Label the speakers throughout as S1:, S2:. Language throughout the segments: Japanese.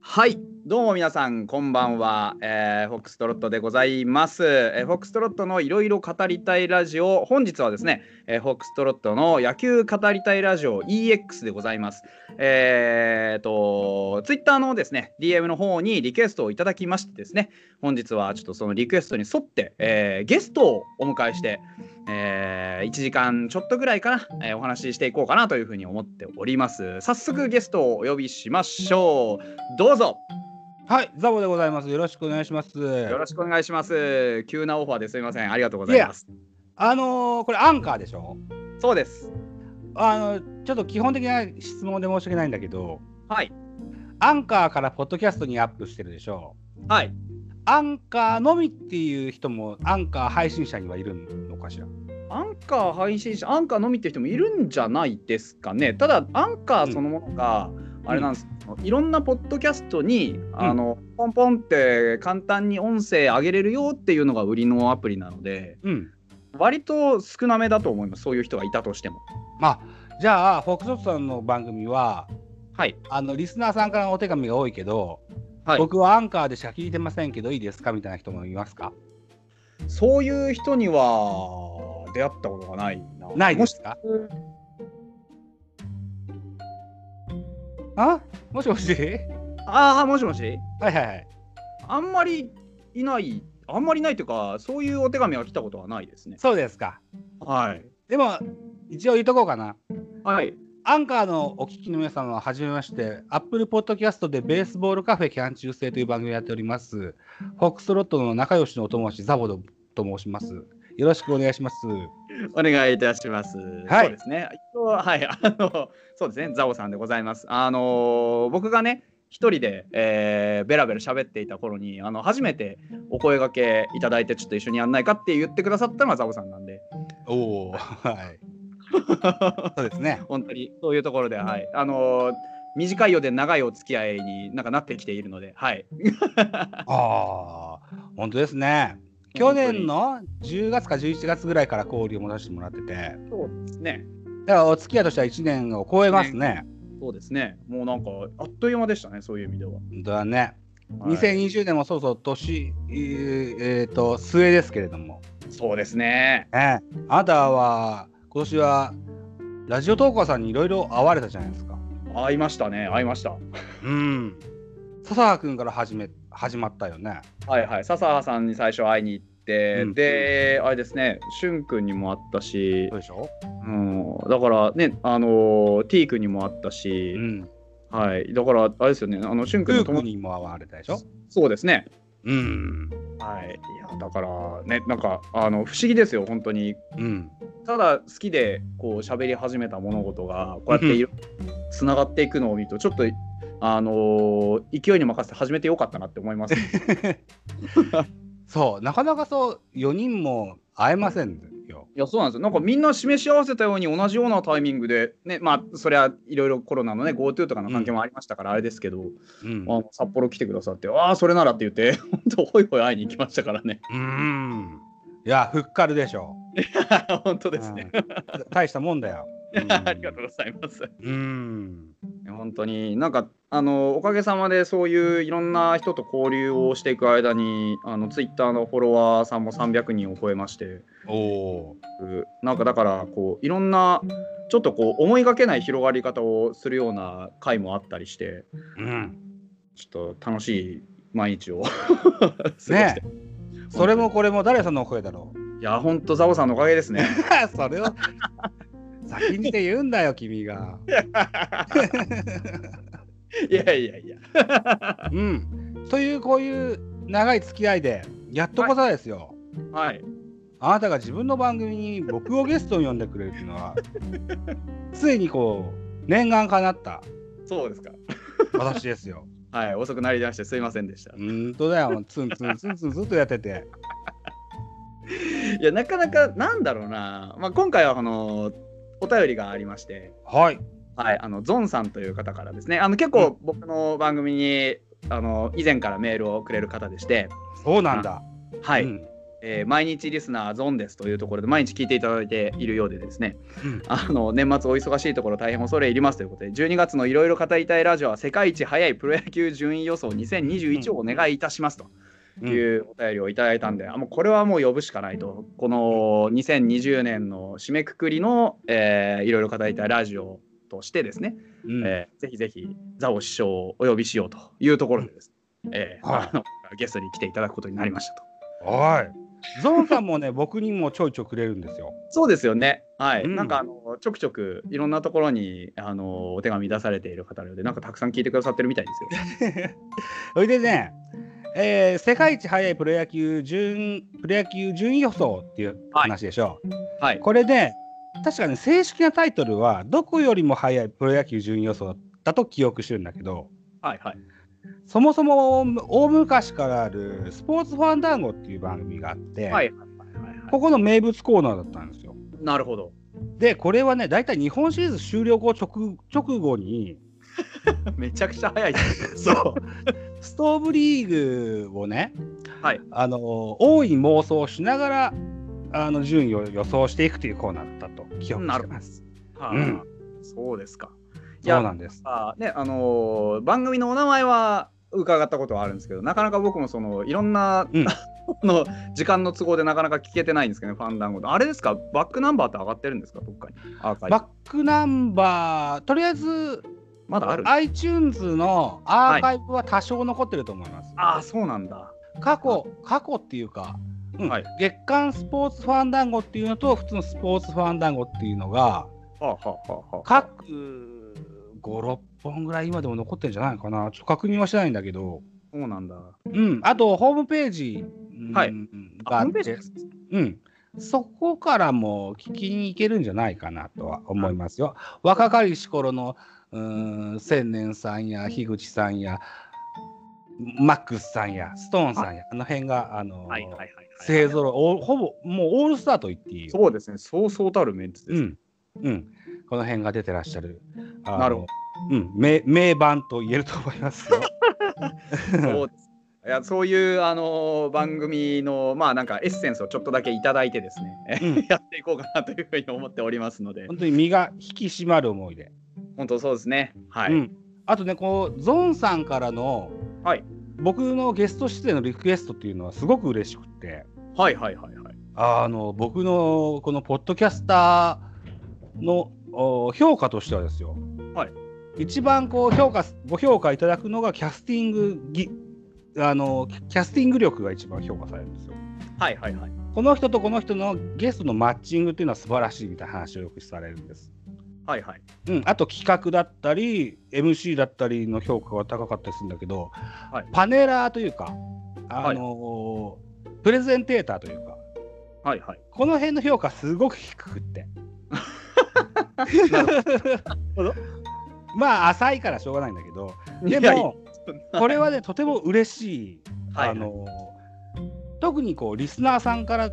S1: はいどうも皆さんこんばんは、えー、フォックストロットでございます、えー、フォックストロットのいろいろ語りたいラジオ本日はですね、えー、フォックストロットの野球語りたいラジオ EX でございますえー、とツイッターのですね DM の方にリクエストをいただきましてですね本日はちょっとそのリクエストに沿って、えー、ゲストをお迎えして、えー、1時間ちょっとぐらいかな、えー、お話ししていこうかなというふうに思っております早速ゲストをお呼びしましょうどうぞ
S2: はい、ザボでございます。よろしくお願いします。
S1: よろしくお願いします急なオファーですみませんありがとうございます
S2: あのーこれアンカーでしょ
S1: そうです
S2: あのちょっと基本的な質問で申し訳ないんだけど、
S1: はい
S2: アンカーからポッドキャストにアップしてるでしょ
S1: はい
S2: アンカーのみっていう人もアンカー配信者にはいるのかしら
S1: アンカー配信者アンカーのみっていう人もいるんじゃないですかねただアンカーそのものが、
S2: ん
S1: あれなんです、いろんなポッドキャストに、あのポンポンって簡単に音声上げれるよっていうのが売りのアプリなので
S2: うん。
S1: 割と少なめだと思いますそういう人がいたとしても
S2: まあじゃあフォックストロットさんの番組は
S1: はい
S2: あのリスナーさんからのお手紙が多いけど、
S1: はい
S2: 僕はアンカーでしか聞いてませんけどいいですかみたいな人もいますか
S1: そういう人には出会ったことがないな
S2: ないで
S1: もし
S2: すかあもしもし
S1: ああもしもし
S2: はいはいはい。
S1: あんまりいないあんまりないというかそういうお手紙が来たことはないですね
S2: そうですか。
S1: はい
S2: でも一応言っとこうかな。
S1: はい
S2: アンカーのお聞きの皆様はじめまして、Apple Podcast でベースボールカフェキャン中制という番組をやっております。フォックストロットの仲良しのお友達、ザボドと申します。よろしくお願いします。
S1: お願いいたします。
S2: はい
S1: そうですね。一応はい、 あの、そうですね、ザオさんでございます。あのー僕がね、一人で、えー、ベラベラ喋っていた頃に、あの、初めてお声掛けいただいて、ちょっと一緒にやんないかって言ってくださったのがザオさんなんで、
S2: おお、はい。そうですね。
S1: 本当にそういうところで、はい。あのー短いようで長いお付き合いになんかなってきているので、はい。
S2: ああ、本当ですね。去年の10月か11月ぐらいから交流を持たせてもらってて、だか
S1: そうですね。
S2: らお付き合いとしては1年を超えますね。
S1: そうですね。もうなんか、あっという間でしたね、そういう意味では。
S2: 本当だね。
S1: はい
S2: 2020年もそうそう年、えーえーと末ですけれども、
S1: そうですね。
S2: ええあなたは今年はラジオ投稿さんにいろいろ会われたじゃないですか。
S1: 会いましたね、会いました。
S2: うん。笹原君から始め始まったよね。
S1: はいはい、笹原さんに最初会いに行って、
S2: うん
S1: で、あれですね、しゅんくんにも会ったし
S2: そう、でしょ、
S1: うん、だからね、あのー、T くんにも会ったし
S2: う、ん、
S1: はい、だから、あれですよね、あの、しゅんく
S2: ク
S1: んの
S2: ー
S1: 友
S2: 君
S1: 達、
S2: にも会われたでしょ。
S1: そうですね、
S2: うん。
S1: はい、いや、だからね、なんか、あの、不思議ですよ、本当に。
S2: うん。
S1: ただ好きでこう喋り始めた物事がこうやっていろつながっていくのを見るとちょっとあのー勢いに任せて始めてよかったなって思います。
S2: そう、なかなかそう4人も会えませんよ。
S1: いやそうなんですよなんかみんな示し合わせたように同じようなタイミングで、ね、まあそりゃいろいろコロナのね GoTo とかの関係もありましたからあれですけど、
S2: うん。
S1: あの札幌来てくださってああそれならって言って 本当ホイホイ会いに行きましたからね
S2: うん。いや、ふっかるでしょ。
S1: 本当ですね、
S2: うん大したもんだ よ。うん
S1: ありがとうございます
S2: うん。
S1: 本当になんかあのおかげさまでそういういろんな人と交流をしていく間にあのツイッターのフォロワーさんも300人を超えまして
S2: おお。
S1: うなんかだからこういろんなちょっとこう思いがけない広がり方をするような回もあったりして
S2: うん。
S1: ちょっと楽しい毎日を 過ごして
S2: ねそれもこれも誰さんのお声だろう。
S1: いやほんとザボさんのおかげですね
S2: それを先にて言うんだよ君が。
S1: いやいやいや
S2: うん。というこういう長い付き合いでやっとこそですよ。
S1: はい
S2: あなたが自分の番組に僕をゲストに呼んでくれるっていうのはついにこう念願かなった
S1: そうですか
S2: 私ですよ。
S1: はい遅くなりましてすいませんでした
S2: うんとだよツンツンツンツンずっとやってて。
S1: いやなかなかなんだろうな、まあ、今回はあのお便りがありまして、
S2: はい。
S1: はい、あのゾンさんという方からですねあの結構僕の番組にあの以前からメールをくれる方でして
S2: そうなんだ。
S1: はい、
S2: うん
S1: えー毎日リスナーゾンですというところで毎日聞いていただいているようでですね、
S2: うん
S1: あの年末お忙しいところ大変恐れ入りますということで12月のいろいろ語りたいラジオは世界一早いプロ野球順位予想2021をお願いいたしますと。いうお便りをいただいたんで、あもうこれはもう呼ぶしかないとこの2020年の締めくくりの、えーいろいろ語りたいラジオとしてですね、
S2: うん
S1: えーぜひぜひザオ師匠をお呼びしようというところでです、ねえー
S2: はい
S1: あのゲストに来ていただくことになりましたと。
S2: はい。ゾンさんもね、僕にもちょいちょいくれるんですよ。
S1: そうですよね。はい。
S2: うん
S1: なんかあのちょくちょくいろんなところにあのお手紙出されている方なので、なんかたくさん聞いてくださってるみたいですよ。
S2: それでね、えー世界一早いプロ野球順プロ野球順位予想っていう話でしょう。
S1: はい。
S2: これで、確かね、正式なタイトルは、どこよりも早いプロ野球順位予想だと記憶してるんだけど、
S1: はいはい。
S2: そもそも大昔からあるスポーツファンダンゴっていう番組があって、
S1: はいはいはいはい。
S2: ここの名物コーナーだったんですよ。
S1: なるほど。
S2: で、これはね、大体日本シリーズ終了後直直後に、
S1: めちゃくちゃ早いですね。
S2: そうストーブリーグをね、
S1: はい
S2: あの大い妄想しながらあの順位を予想していくというコーナーだったと記憶してます。
S1: はあ
S2: うん
S1: そうですか。い
S2: そう
S1: や
S2: なんです。
S1: あねあのー番組のお名前は伺ったことはあるんですけど、なかなか僕もそのいろんな、
S2: うん
S1: の時間の都合でなかなか聞けてないんですけどね、ファンダンゴのあれですか、バックナンバーって上がってるんですか、どっかに。アーカイブ
S2: バックナンバー、とりあえず
S1: まだある
S2: iTunes のアーカイブは多少残ってると思います。
S1: ああ、そうなんだ。
S2: 過去、過去っていうか、うん
S1: はい
S2: 月刊スポーツファンダンゴっていうのと、普通のスポーツファンダンゴっていうのが、
S1: はあ、はあはあはあ、
S2: 各5、6本ぐらい今でも残ってるんじゃないかな、ちょっと確認はしてないんだけど、
S1: そうなんだ。
S2: うん、あとホームページ、うん
S1: はい
S2: があ
S1: あホ
S2: っ
S1: ームページ
S2: て、うん、そこからも聞きに行けるんじゃないかなとは思いますよ。若かりし頃のうん千年さんや樋口さんやマックスさんやストーンさんやあの辺があの
S1: はいはいはいはい。
S2: 勢ぞろいおほぼもうオールスターと言っていいよ。
S1: そうですね、そうそうたるメンツで
S2: う
S1: す。
S2: んうん、この辺が出てらっしゃる。あの
S1: なるほど。
S2: うん、名名盤と言えると思いま すよ。
S1: そうですいやそういう、あのー番組の、まあ、なんかエッセンスをちょっとだけいただいてですね、
S2: うん
S1: やっていこうかなというふうに思っておりますので、
S2: 本当に身が引き締まる思いで。
S1: 本当そうですね。はい。
S2: うん、あとねこうゾンさんからの、
S1: はい
S2: 僕のゲスト出演のリクエストっていうのはすごく嬉しくって
S1: はいはいはいはい。
S2: あの僕のこのポッドキャスターのお評価としてはですよ、
S1: はい
S2: 一番こう評価ご評価いただくのがキャスティングぎあのキャスティング力が一番評価されるんですよ。
S1: はいはいはい。
S2: この人とこの人のゲストのマッチングっていうのは素晴らしいみたいな話をよくされるんです。
S1: はいはい。
S2: うん、あと企画だったり MC だったりの評価が高かったりするんだけど、
S1: はい
S2: パネラーというか、あのープレゼンテーターというか
S1: はいはい。
S2: この辺の評価すごく低くって
S1: ほど
S2: まあ浅いからしょうがないんだけどで
S1: いやいや
S2: もこれはねとても嬉しい、
S1: はいはい
S2: あのー特にこうリスナーさんから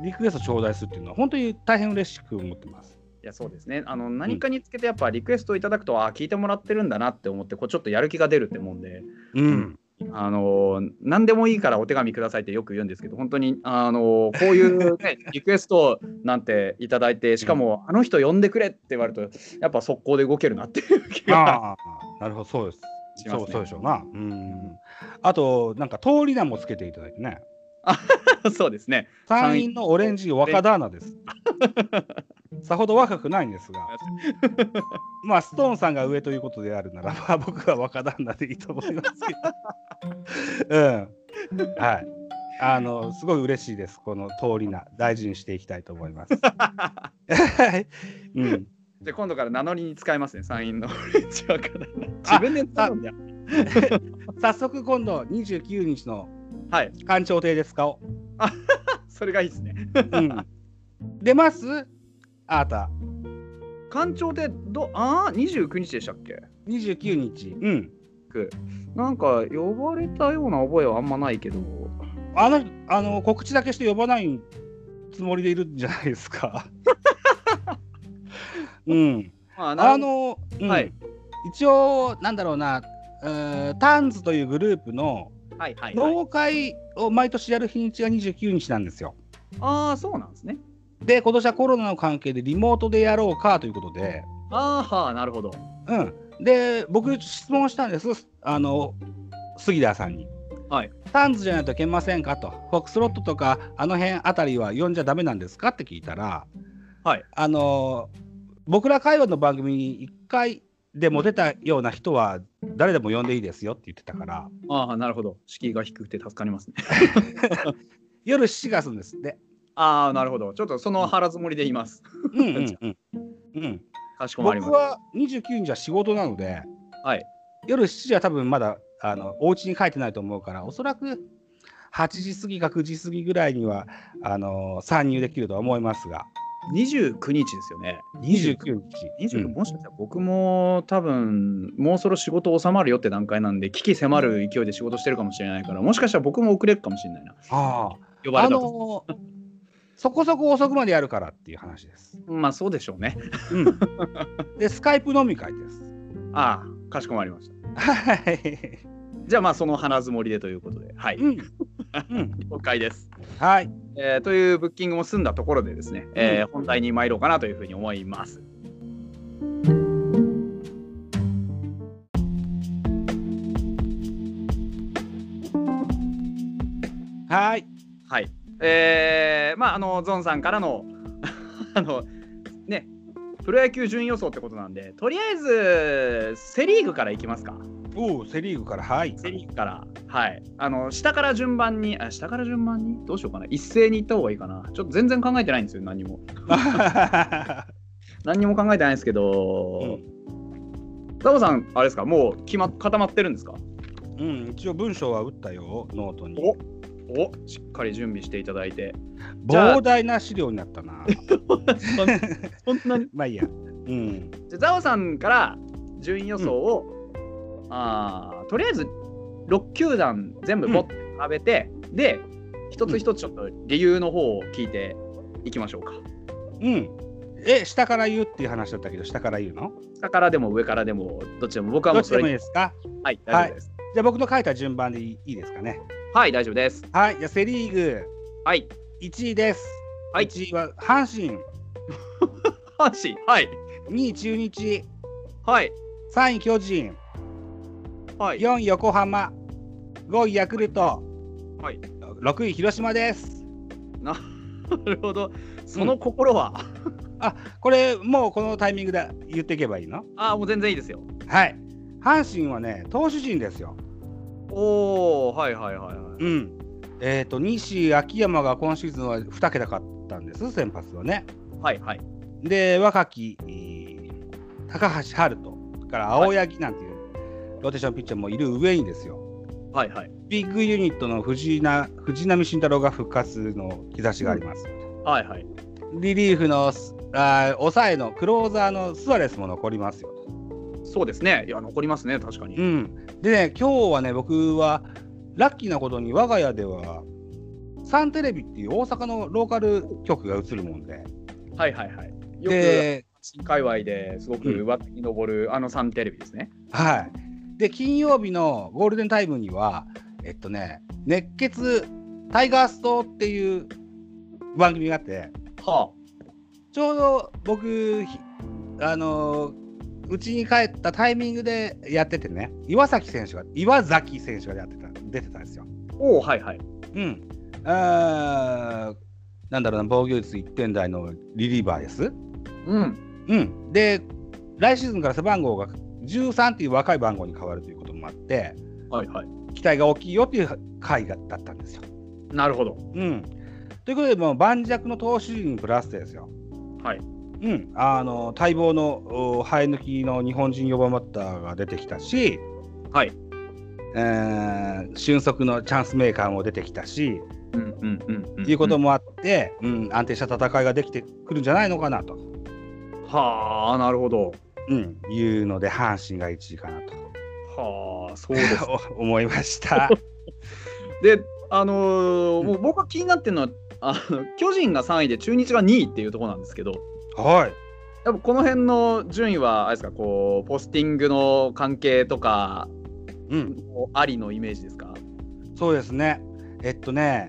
S2: リクエスト頂戴するっていうのは本当に大変嬉しく思ってます。
S1: いやそうですねあの何かにつけてやっぱリクエストをいただくと、ああ聞いてもらってるんだなって思ってこうちょっとやる気が出るってもんで
S2: うん、
S1: あのー何でもいいからお手紙くださいってよく言うんですけど本当にあのーこういう、 ね、リクエストなんていただいてしかも、あの人呼んでくれって言われるとやっぱ速攻で動けるなっていう気が
S2: ああ、 なるほど、そうです。
S1: しますね
S2: そう、そうでしょうな。うん。あと、なんか通り名もつけていただいてね。
S1: そうですね
S2: 山陰のオレンジ若旦 那です。さほど若くないんですが、まあ、ストーンさんが上ということであるならば、僕は若旦那でいいと思いま すけど。うん。はい。あの、すごい嬉しいです。この通り名、大事にしていきたいと思 います。はい。うん。
S1: じゃあ今度から名乗りに使いますね山陰 のオレンジ若旦那自分で使うんだよ
S2: 早速、今度29日の
S1: はい
S2: 官庁亭ですかを。
S1: それがいいですね
S2: うん出ますあーた
S1: 館長ってどああ29日でしたっけ
S2: 29日うん
S1: なんか呼ばれたような覚えはあんまないけど
S2: あのあの告知だけして呼ばないつもりでいるんじゃないですか うん
S1: まあ
S2: あの、うん
S1: はい
S2: 一応なんだろうな、えーターンズというグループの
S1: はいはい、はい。
S2: 同好会を毎年やる日にちが29日なんですよ。
S1: ああ、そうなんですね。
S2: で、今年はコロナの関係でリモートでやろうかということで、
S1: ああ、なるほど。
S2: うん。で、僕、質問したんです、あの、杉田さんに。
S1: はい。
S2: タンズじゃないといけませんかと、フォックスロットとか、あの辺あたりは呼んじゃダメなんですかって聞いたら、
S1: はい。
S2: あの、僕ら会話の番組に1回でも出たような人は、誰でも呼んでいいですよって言ってたから、
S1: ああ、なるほど。敷居が低くて助かりますね。
S2: 夜7月ですって。
S1: ああ、なるほど。ちょっとその腹積もりでいます。
S2: うんうんうん。うん、
S1: かしこまりま
S2: 僕
S1: した。
S2: は29日は仕事なので、
S1: はい。
S2: 夜7時は多分まだあのお家に帰ってないと思うからおそらく8時過ぎか9時過ぎぐらいにはあの参入できるとは思いますが
S1: 29日ですよね。
S2: 29日
S1: 29、
S2: うん
S1: もしかしたら僕も多分もうそろ仕事収まるよって段階なんで危機迫る勢いで仕事してるかもしれないからもしかしたら僕も遅れるかもしれないな
S2: あ
S1: 呼ばれ
S2: ああ
S1: たと、
S2: のーそこそこ遅くまでやるからっていう話です、
S1: まあそうでしょうね
S2: うん、でスカイプ飲み会です
S1: ああかしこまりました
S2: はい、
S1: じゃあまあその花積もりでということではい
S2: うんうん、
S1: 了解です、
S2: はい
S1: えーというブッキングも済んだところでですね、えー本題に参ろうかなというふうに思います
S2: はい
S1: はい。えー、まああのゾンさんからの あのねプロ野球順位予想ってことなんで、とりあえずセリーグからいきますか。
S2: おおセ・リーグか らはい
S1: セリーグからはい。あの下から順番にあ下から順番にどうしようかな。一斉に行った方がいいかな。ちょっと全然考えてないんですよ。何も何にも考えてないんですけど。ザボさんあれですか。もう決まっ固まってるんですか。
S2: うん、一応文章は打ったよノートに
S1: おおしっかり準備していただいて。じゃあ
S2: 膨大な資料になったな
S1: そんな に。
S2: まあいいやうん
S1: じゃあザオさんから順位予想を、あーとりあえず6球団全部ボッて並べて、で一つ一つちょっと理由の方を聞いていきましょうか
S2: うん。え、下から言うっていう話だったけど、下から言うの
S1: 下からでも上からでもどっちでも僕は
S2: ど
S1: も
S2: っ
S1: う
S2: ち
S1: そ
S2: で
S1: れ
S2: もい
S1: に
S2: いですか
S1: はい大丈夫です
S2: じゃあ僕の書いた順番でいいいいですかね。
S1: はい大丈夫です
S2: はい、じゃあセ・リーグ
S1: はい
S2: 1位です。
S1: はい
S2: 1位は阪神、
S1: 阪神はい
S2: 2位中日、
S1: はい
S2: 3位巨人、
S1: はい
S2: 4位横浜、5位ヤクルト、
S1: はい
S2: 6位広島です。
S1: ななるほどその心は、
S2: これもうこのタイミングで言っていけばいいの
S1: ああもう全然いいですよ
S2: はい。阪神はね、投手陣ですよ。
S1: おおはいはいはいはい、
S2: うん。えっ、と、西秋山が今シーズンは2桁勝ったんです、先発はね。
S1: はいはい
S2: で若きえー高橋遥人それから青柳なんていうローテーションピッチャーもいる上にですよ
S1: はいはい
S2: ビッグユニットの藤井な藤浪晋太郎が復活の兆しがあります、
S1: はいはい
S2: リリーフのすあー抑えのクローザーのスアレスも残りますよ
S1: そうですねいや残りますね確かに、
S2: うんでね今日はね僕はラッキーなことに我が家ではサンテレビっていう大阪のローカル局が映るもんで
S1: はいはいはいよく
S2: で
S1: 新界隈ですごく
S2: うん
S1: 上手に上る、あのサンテレビですね。
S2: はい。で、金曜日のゴールデンタイムには、えっとね、熱血タイガーストっていう番組があって、
S1: は
S2: ちょうど僕、ひあのーうちに帰ったタイミングでやっててね、岩崎選手が、岩崎選手がやってた、出てたんですよ。
S1: あ、おおはいはい。
S2: うん。あーなんだろうな、防御率1点台のリリーバーです。
S1: うん。
S2: うん。で、来シーズンから背番号が13っていう若い番号に変わるということもあって、
S1: はいはい。
S2: 期待が大きいよっていう回だったんですよ。
S1: なるほど。
S2: うん、ということでもう盤石の投手陣プラスですよ。
S1: はい。
S2: うん、あの待望のお生え抜きの日本人4番バッターが出てきたし、
S1: はい
S2: えー俊足のチャンスメーカーも出てきたし、
S1: うんうんうん、うん。
S2: いうこと。もあって、うん、安定した戦いができてくるんじゃないのかなと、
S1: はあ、なるほど。
S2: うん、いうので阪神が1位かな と
S1: はあ、そうです。
S2: 思いま した。
S1: で、あのー
S2: うん
S1: もう僕が気になってるのは、あの巨人が3位で中日が2位っていうところなんですけど、
S2: はい
S1: やっぱこの辺の順位は、あれですか、こう、ポスティングの関係とか
S2: うん、
S1: ありのイメージですか
S2: そうですね。えっとね、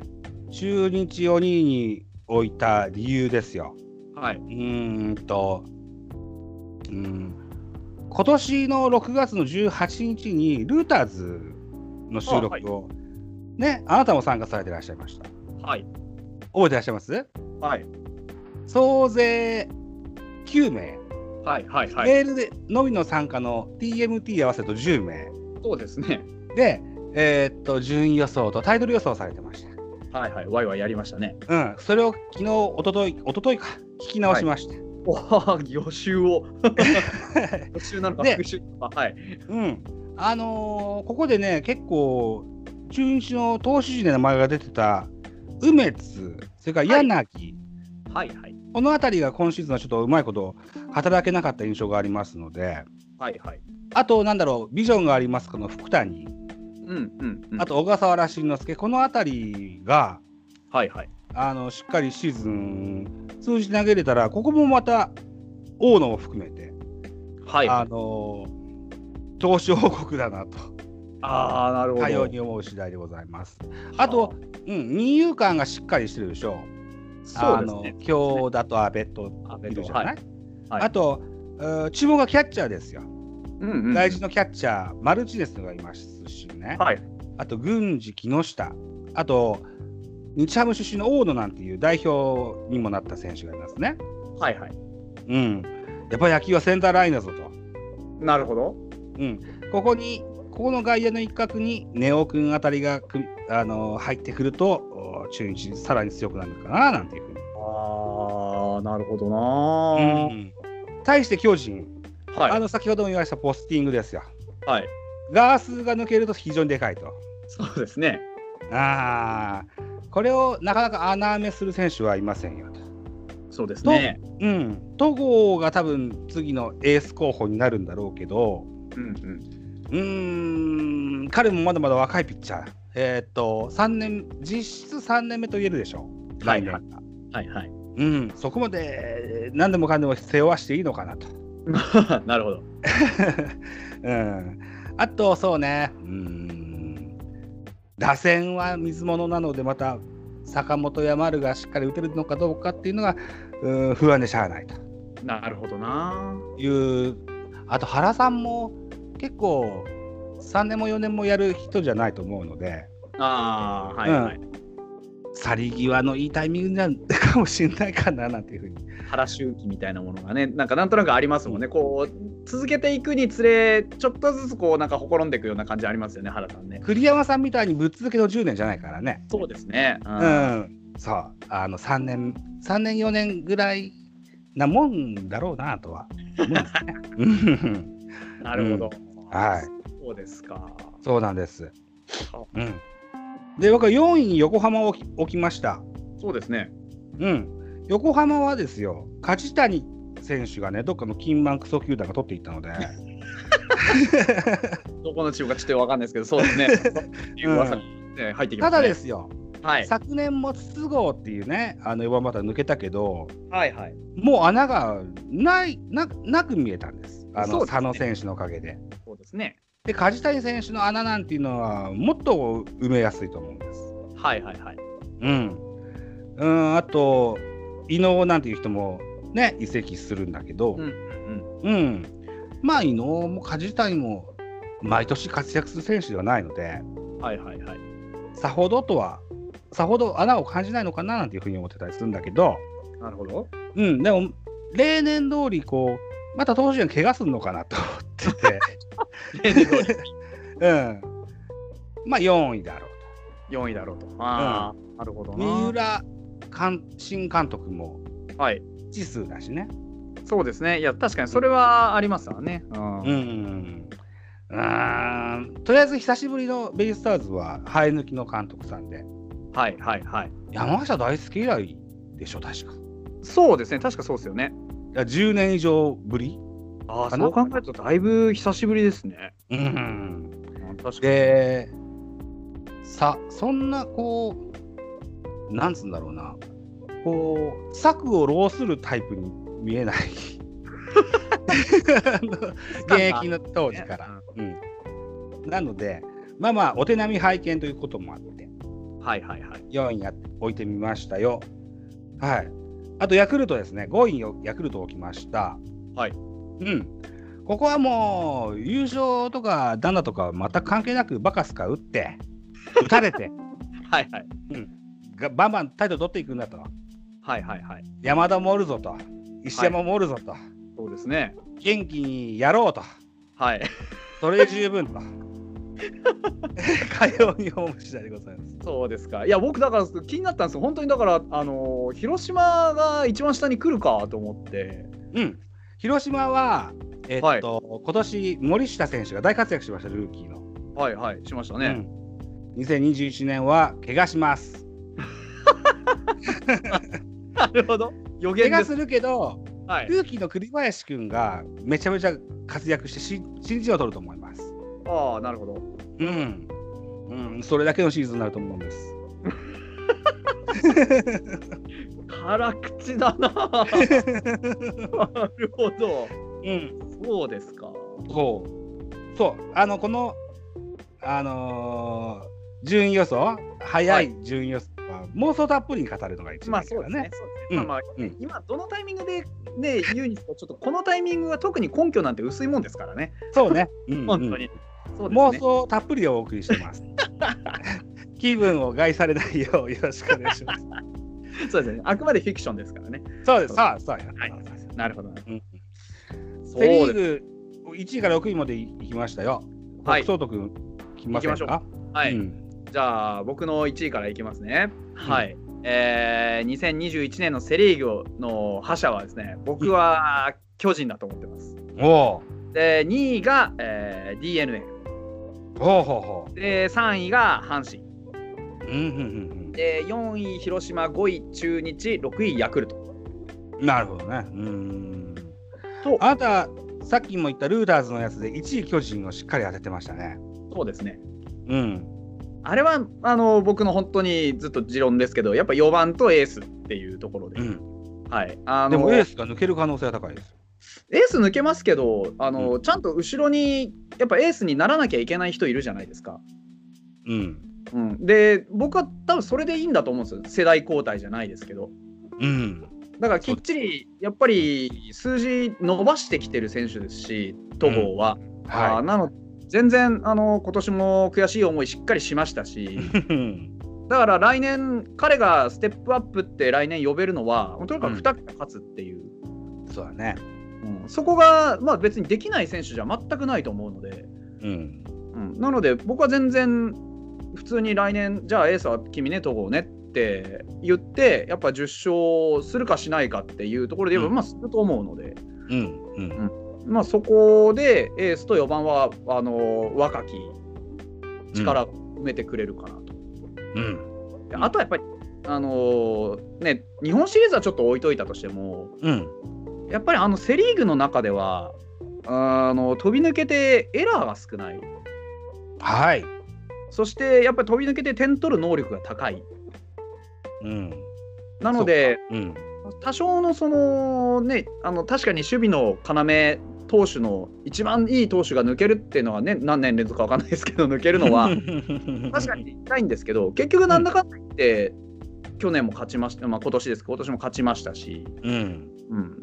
S2: 中日を2位に置いた理由ですよ。。
S1: はいう
S2: ーんと、うん、今年の6月の18日に、ルーターズの収録を、ね、あなたも参加されていらっしゃいました。
S1: はい。
S2: 覚えてらっしゃいます
S1: はい。
S2: 総勢9名、
S1: はい。はい。はい。
S2: メールでのみの参加の TMT 合わせると10名
S1: そうですね。
S2: で、えーっと順位予想とタイトル予想されてまし
S1: はい。はい。ワイワイやりましたね。
S2: た。うん、それを昨日、おととい、おとといか、聞き直しました。
S1: おは予習を。予習なのか
S2: で
S1: 復習なのか。はい。
S2: うん、あのーここでね、結構、中日の投手陣で名前が出てた梅津、それから柳、
S1: はい。はい。
S2: この辺りが今シーズンはちょっとうまいこと働けなかった印象がありますので、
S1: はい。はい。
S2: あと、なんだろう、ビジョンがありますこの福谷、
S1: うん。うん。うん
S2: あ。と小笠原慎之介、この辺りが
S1: はい。はい。
S2: あのしっかりシーズン通じて投げれたら、ここもまた大野も含めて、
S1: はい。
S2: あ
S1: あ
S2: のー投手王国だなと。
S1: あー、なるほ
S2: かよう
S1: ど。
S2: に思う次第でございます。あと、うん、二遊間がしっかりしてるでしょ
S1: そうです
S2: あの
S1: ね。
S2: 京田と阿部と
S1: あ
S2: いるじゃない、
S1: はい。はい
S2: あと、うん注目がキャッチャーですよ。
S1: うんうん。
S2: 大事のキャッチャー、マルチネスがいますしね。
S1: はい。
S2: あと、郡司、木下。あと、日ハム出身の大野なんていう代表にもなった選手がいますね。
S1: はい。はい。
S2: うん。やっぱり野球はセンターラインだぞと。
S1: なるほど。
S2: うん、ここにここの外野の一角にネオ君あたりが組みあのー入ってくるとお中日さらに強くなるかななんていうふうに、
S1: ああ、なるほどなー。
S2: うん、対して巨人、あ
S1: はい。
S2: の先ほども言いましたポスティングですよ
S1: はい。
S2: ガースが抜けると非常にでかいと
S1: そうですね。
S2: あーこれをなかなか穴埋めする選手はいませんよと、
S1: そうですね。
S2: うん、戸郷が多分次のエース候補になるんだろうけど
S1: うんうん。
S2: うーん彼もまだまだ若いピッチャー。えーっと3年実質3年目と言えるでしょう。
S1: はい
S2: 来年が
S1: はいはい。
S2: うん、そこまでえー何でもかんでも背負わしていいのかなと。
S1: なるほど。
S2: うん、あとそうねうーん打線は水物なのでまた坂本や丸がしっかり打てるのかどうかっていうのがうん不安でしゃあないと
S1: なるほどな。
S2: いうあと原さんも結構3年も4年もやる人じゃないと思うので。
S1: ああ、はいはい。
S2: 去り際のいいタイミングなん かもしれないかななんていうふうに。
S1: 原周期みたいなものがね、なんかなんとなくありますもんね。こう、続けていくにつれ、ちょっとずつこう、なんかほころんでいくような感じありますよね、原さんね。
S2: 栗山さんみたいにぶっ続けの10年じゃないからね。
S1: そうですね。う
S2: うんん。そう。あの3年、3年4年ぐらいなもんだろうなとは思うんですね。うん
S1: なるほど。
S2: はい。
S1: そうですか。
S2: そうなんです
S1: あ。
S2: うん。で、僕は4位に横浜を置き置きました。
S1: そうですね。
S2: うん。横浜はですよ、梶谷選手がね、どっかの金満クソ球団が取っていっ たので。
S1: どこのチームかちょっとわかんないですけど、そう ですね。いう噂がね入ってきま
S2: た
S1: す、ね。
S2: だですよ、
S1: はい。
S2: 昨年も筒香っていうねあの4番バッター抜けたけど
S1: はいはい。
S2: もう穴がないななく見えたんですあ
S1: そ
S2: の
S1: うですね
S2: 佐野選手のおかげで。
S1: そうですね。
S2: で梶谷選手の穴なんていうのはもっと埋めやすいと思うんです。
S1: はいはいはい。
S2: うん、うんあと伊能なんていう人もね移籍するんだけど、
S1: う
S2: うん
S1: うんん。
S2: まあ伊能も梶谷も毎年活躍する選手ではないので
S1: うん。はいはいはい。
S2: さほどとはさほど穴を感じないのかななんていうふうに思ってたりするんだけど。
S1: なるほど。
S2: うん、でも例年通りこうまた投手陣怪我するのかなと思って て、うん、まあ4位だろう
S1: 4位だろ うと。ああ、なるほど
S2: と
S1: な。
S2: 三浦監新監督も
S1: はい。
S2: 知数だしね、
S1: そうですね。いや、確かにそれはありますわね。うん。
S2: うんうんうーんとりあえず久しぶりのベイスターズは生え抜きの監督さんで
S1: はいはいはい。
S2: 山下大輔以来でしょ確か
S1: そうですね。確かそうですよね。
S2: いや10年以上ぶり、
S1: ああ、
S2: かな
S1: そう考えるとだいぶ久しぶりですね。
S2: うんうん、
S1: うん、確かに。
S2: でさそんなこうなんつうんだろうなこう策を浪するタイプに 見えないあの現役の当時から、うん、なのでまあまあ、お手並み拝見ということもあって、
S1: はいはいはい。
S2: 4位や置いてみましたよ。はい。あと、ヤクルトですね。5位にヤクルト置きました。
S1: はい
S2: うん。ここはもう、優勝とか、ダナとか、全く関係なく、バカスカ打 って、打たれて、
S1: はいはい。
S2: がバンバンタイトル取っていくんだと。
S1: はいはいはい。
S2: 山田もおるぞと。石山もおるぞと。
S1: そうですね。
S2: 元気にやろうと。
S1: はい。
S2: それで十分と。 かように思う次第でございます。
S1: そうですか。いや、僕だから気になったんですよ。本当にだから、あのー広島が一番下に来るかと思って。
S2: うん。広島は、えっと、
S1: はい
S2: 今年森下選手が大活躍しました、ルーキーの。
S1: はいはい、しましたね。
S2: うん、2021年は怪我します。
S1: なるほど。予
S2: 怪
S1: 言で
S2: 我
S1: す。
S2: するけど、
S1: はい。
S2: ルーキーの栗林君がめちゃめちゃ活躍してし新人を取ると思います。
S1: ああ、なるほど。
S2: うん。うん、それだけのシーズンになると思うんです。
S1: 辛口だな。なるほど。
S2: うん。
S1: そうですか。
S2: そう。そう。あの、この、あのー順位予想、早い順位予想は、妄想たっぷりに語るのが一
S1: ま
S2: 番
S1: あ
S2: いい
S1: そ
S2: か
S1: うですね
S2: らね。。
S1: そうですねまあまあ、
S2: うん
S1: 今どのタイミングでね言うにしてもちょっとこのタイミングは特に根拠なんて薄いもんですからね。
S2: そうね。うんうん
S1: 本当に。そうです
S2: 妄
S1: ね。
S2: 想たっぷりをお送りし てます。気分を害されないようよろしくお願いし ます。
S1: そうですね。あくまでフィクションですからね。
S2: そうです。さあ、そうや。
S1: はいなるほどなるほど。
S2: うん
S1: そう
S2: セ・リ
S1: で
S2: ー
S1: す。
S2: グ1位から6位までいきましたよ。
S1: は
S2: はいい。北斗君、来ません
S1: 行きま
S2: か。
S1: はい。
S2: うん
S1: じゃあ僕の1位からいきますね。はい。えー、2021年のセ・リーグの覇者はですね、僕は巨人だと思ってます。
S2: おう
S1: で、2位が、えー、d n a
S2: ほうほうほ
S1: で、3位が阪神。
S2: う。うんうん
S1: で、4位広島、5位中日、6位ヤクルト。
S2: うんうん。なるほどね。うん。
S1: と、
S2: あなた、さっきも言ったルーダーズのやつで1位巨人をしっかり当ててましたね。
S1: そうですね。
S2: うん。
S1: あれはあの僕の本当にずっと持論ですけど、やっぱ4番とエースっていうところで。
S2: うん。
S1: はい。あの
S2: でもエースが抜ける可能性は高いです。
S1: エース抜けますけどあの、ちゃんと後ろにやっぱエースにならなきゃいけない人いるじゃないですか。
S2: うん。
S1: うん、で僕は多分それでいいんだと思うんですよ世代交代じゃないですけど
S2: うん。
S1: だからきっちりやっぱり数字伸ばしてきてる選手ですし戸郷は、あー
S2: は
S1: なので全然あの今年も悔しい思いしっかりしました し
S2: い。うん。
S1: だから来年彼がステップアップって来年呼べるのはとにかく2桁勝つっていう、
S2: そうだね。
S1: うんそこが、まあ、別にできない選手じゃ全くないと思うので。
S2: うん。
S1: うん、なので僕は全然普通に来年じゃあエースは君ね戸郷ねって言ってやっぱ10勝するかしないかっていうところで言えば、
S2: うん
S1: まあすると思うので、
S2: うん。うん。
S1: まあ、そこでエースと4番はあの若き力を埋めてくれるかなと、
S2: うん。
S1: であとはやっぱりあのね日本シリーズはちょっと置いといたとしても
S2: うん。
S1: やっぱりあのセ・リーグの中ではあの飛び抜けてエラーが少ない
S2: はい。
S1: そしてやっぱり飛び抜けて点取る能力が高い
S2: うん。
S1: なので、
S2: うん。
S1: 多少のその、ね、あの確かに守備の要、投手の一番いい投手が抜けるっていうのはね、何年連続か分かんないですけど、抜けるの は確か。に痛いんですけど、結局、なんだかんだ言って、去年も勝ちました、まあ今年ですけど、今年も勝ちましたし、
S2: うん。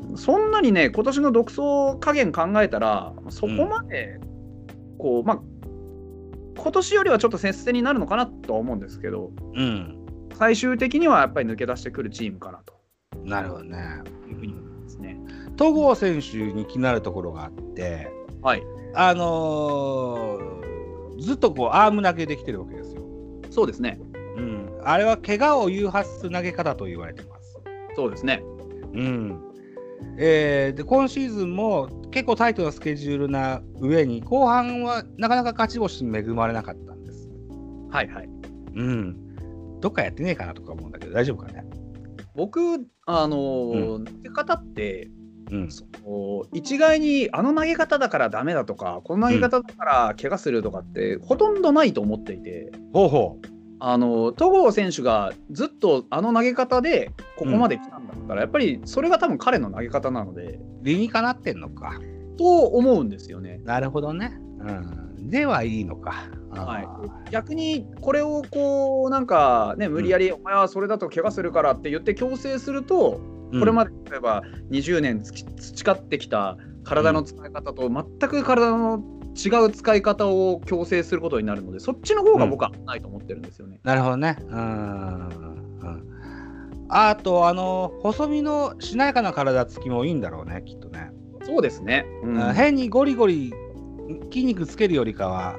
S1: うん、そんなにね、今年の独走加減考えたら、そこまで、こう、まあ、今年よりはちょっと接戦になるのかなとは思うんですけど、
S2: うん。
S1: 最終的にはやっぱり抜け出してくるチームかなと
S2: なるほどね。
S1: いうふうに思いますね。
S2: 戸郷選手に気になるところがあって、
S1: はい、
S2: あのーずっとこうアーム投げできてるわけですよ。
S1: そうですね。
S2: うん。あれは怪我を誘発する投げ方と言われてます。
S1: そうですね。
S2: うん。えーで今シーズンも結構タイトなスケジュールな上に後半はなかなか勝ち星に恵まれなかったんです。
S1: はいはい。
S2: うん。どっかやってねえかなとか思うんだけど大丈夫かね。
S1: 僕、あのー投げ方って
S2: うん。
S1: その一概にあの投げ方だからダメだとかこの投げ方だから怪我するとかって、ほとんどないと思っていて、
S2: ほうほ
S1: あのー戸郷選手がずっとあの投げ方でここまで来たんだったら、やっぱりそれが多分彼の投げ方なので
S2: う理にかなってんのか。
S1: と思うんですよね。
S2: なるほどね。うん、ではいいのか。
S1: はい、逆にこれをこうなんかね無理やり、お前はそれだと怪我するからって言って強制すると、
S2: い
S1: これま
S2: で、
S1: で例えば20年つき培ってきた体の使い方と全く体の違う使い方を強制することになるのでそっちの方が僕は危ないと思ってるんですよね。
S2: なるほどね。うん。うんあと、あの、細身のしなやかな体つきもいいんだろうね、きっとね。
S1: そうですね。うん
S2: うん変にゴリゴリ筋肉つけるよりかは、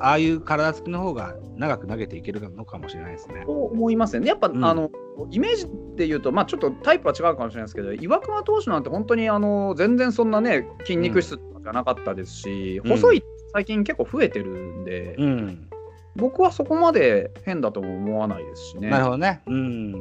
S2: ああいう体つきの方が長く投げていけるのかもしれないですね。
S1: そう思いますね。やっぱ、
S2: うん
S1: あのイメージで言うと、まあ、ちょっとタイプは違うかもしれないですけど岩隈投手なんて本当にあの全然そんなね筋肉質とかじゃなかったですし、
S2: うん
S1: 細い最近結構増えてるんで、
S2: うん。
S1: 僕はそこまで変だとも思わないですしね。
S2: なるほどね。うん。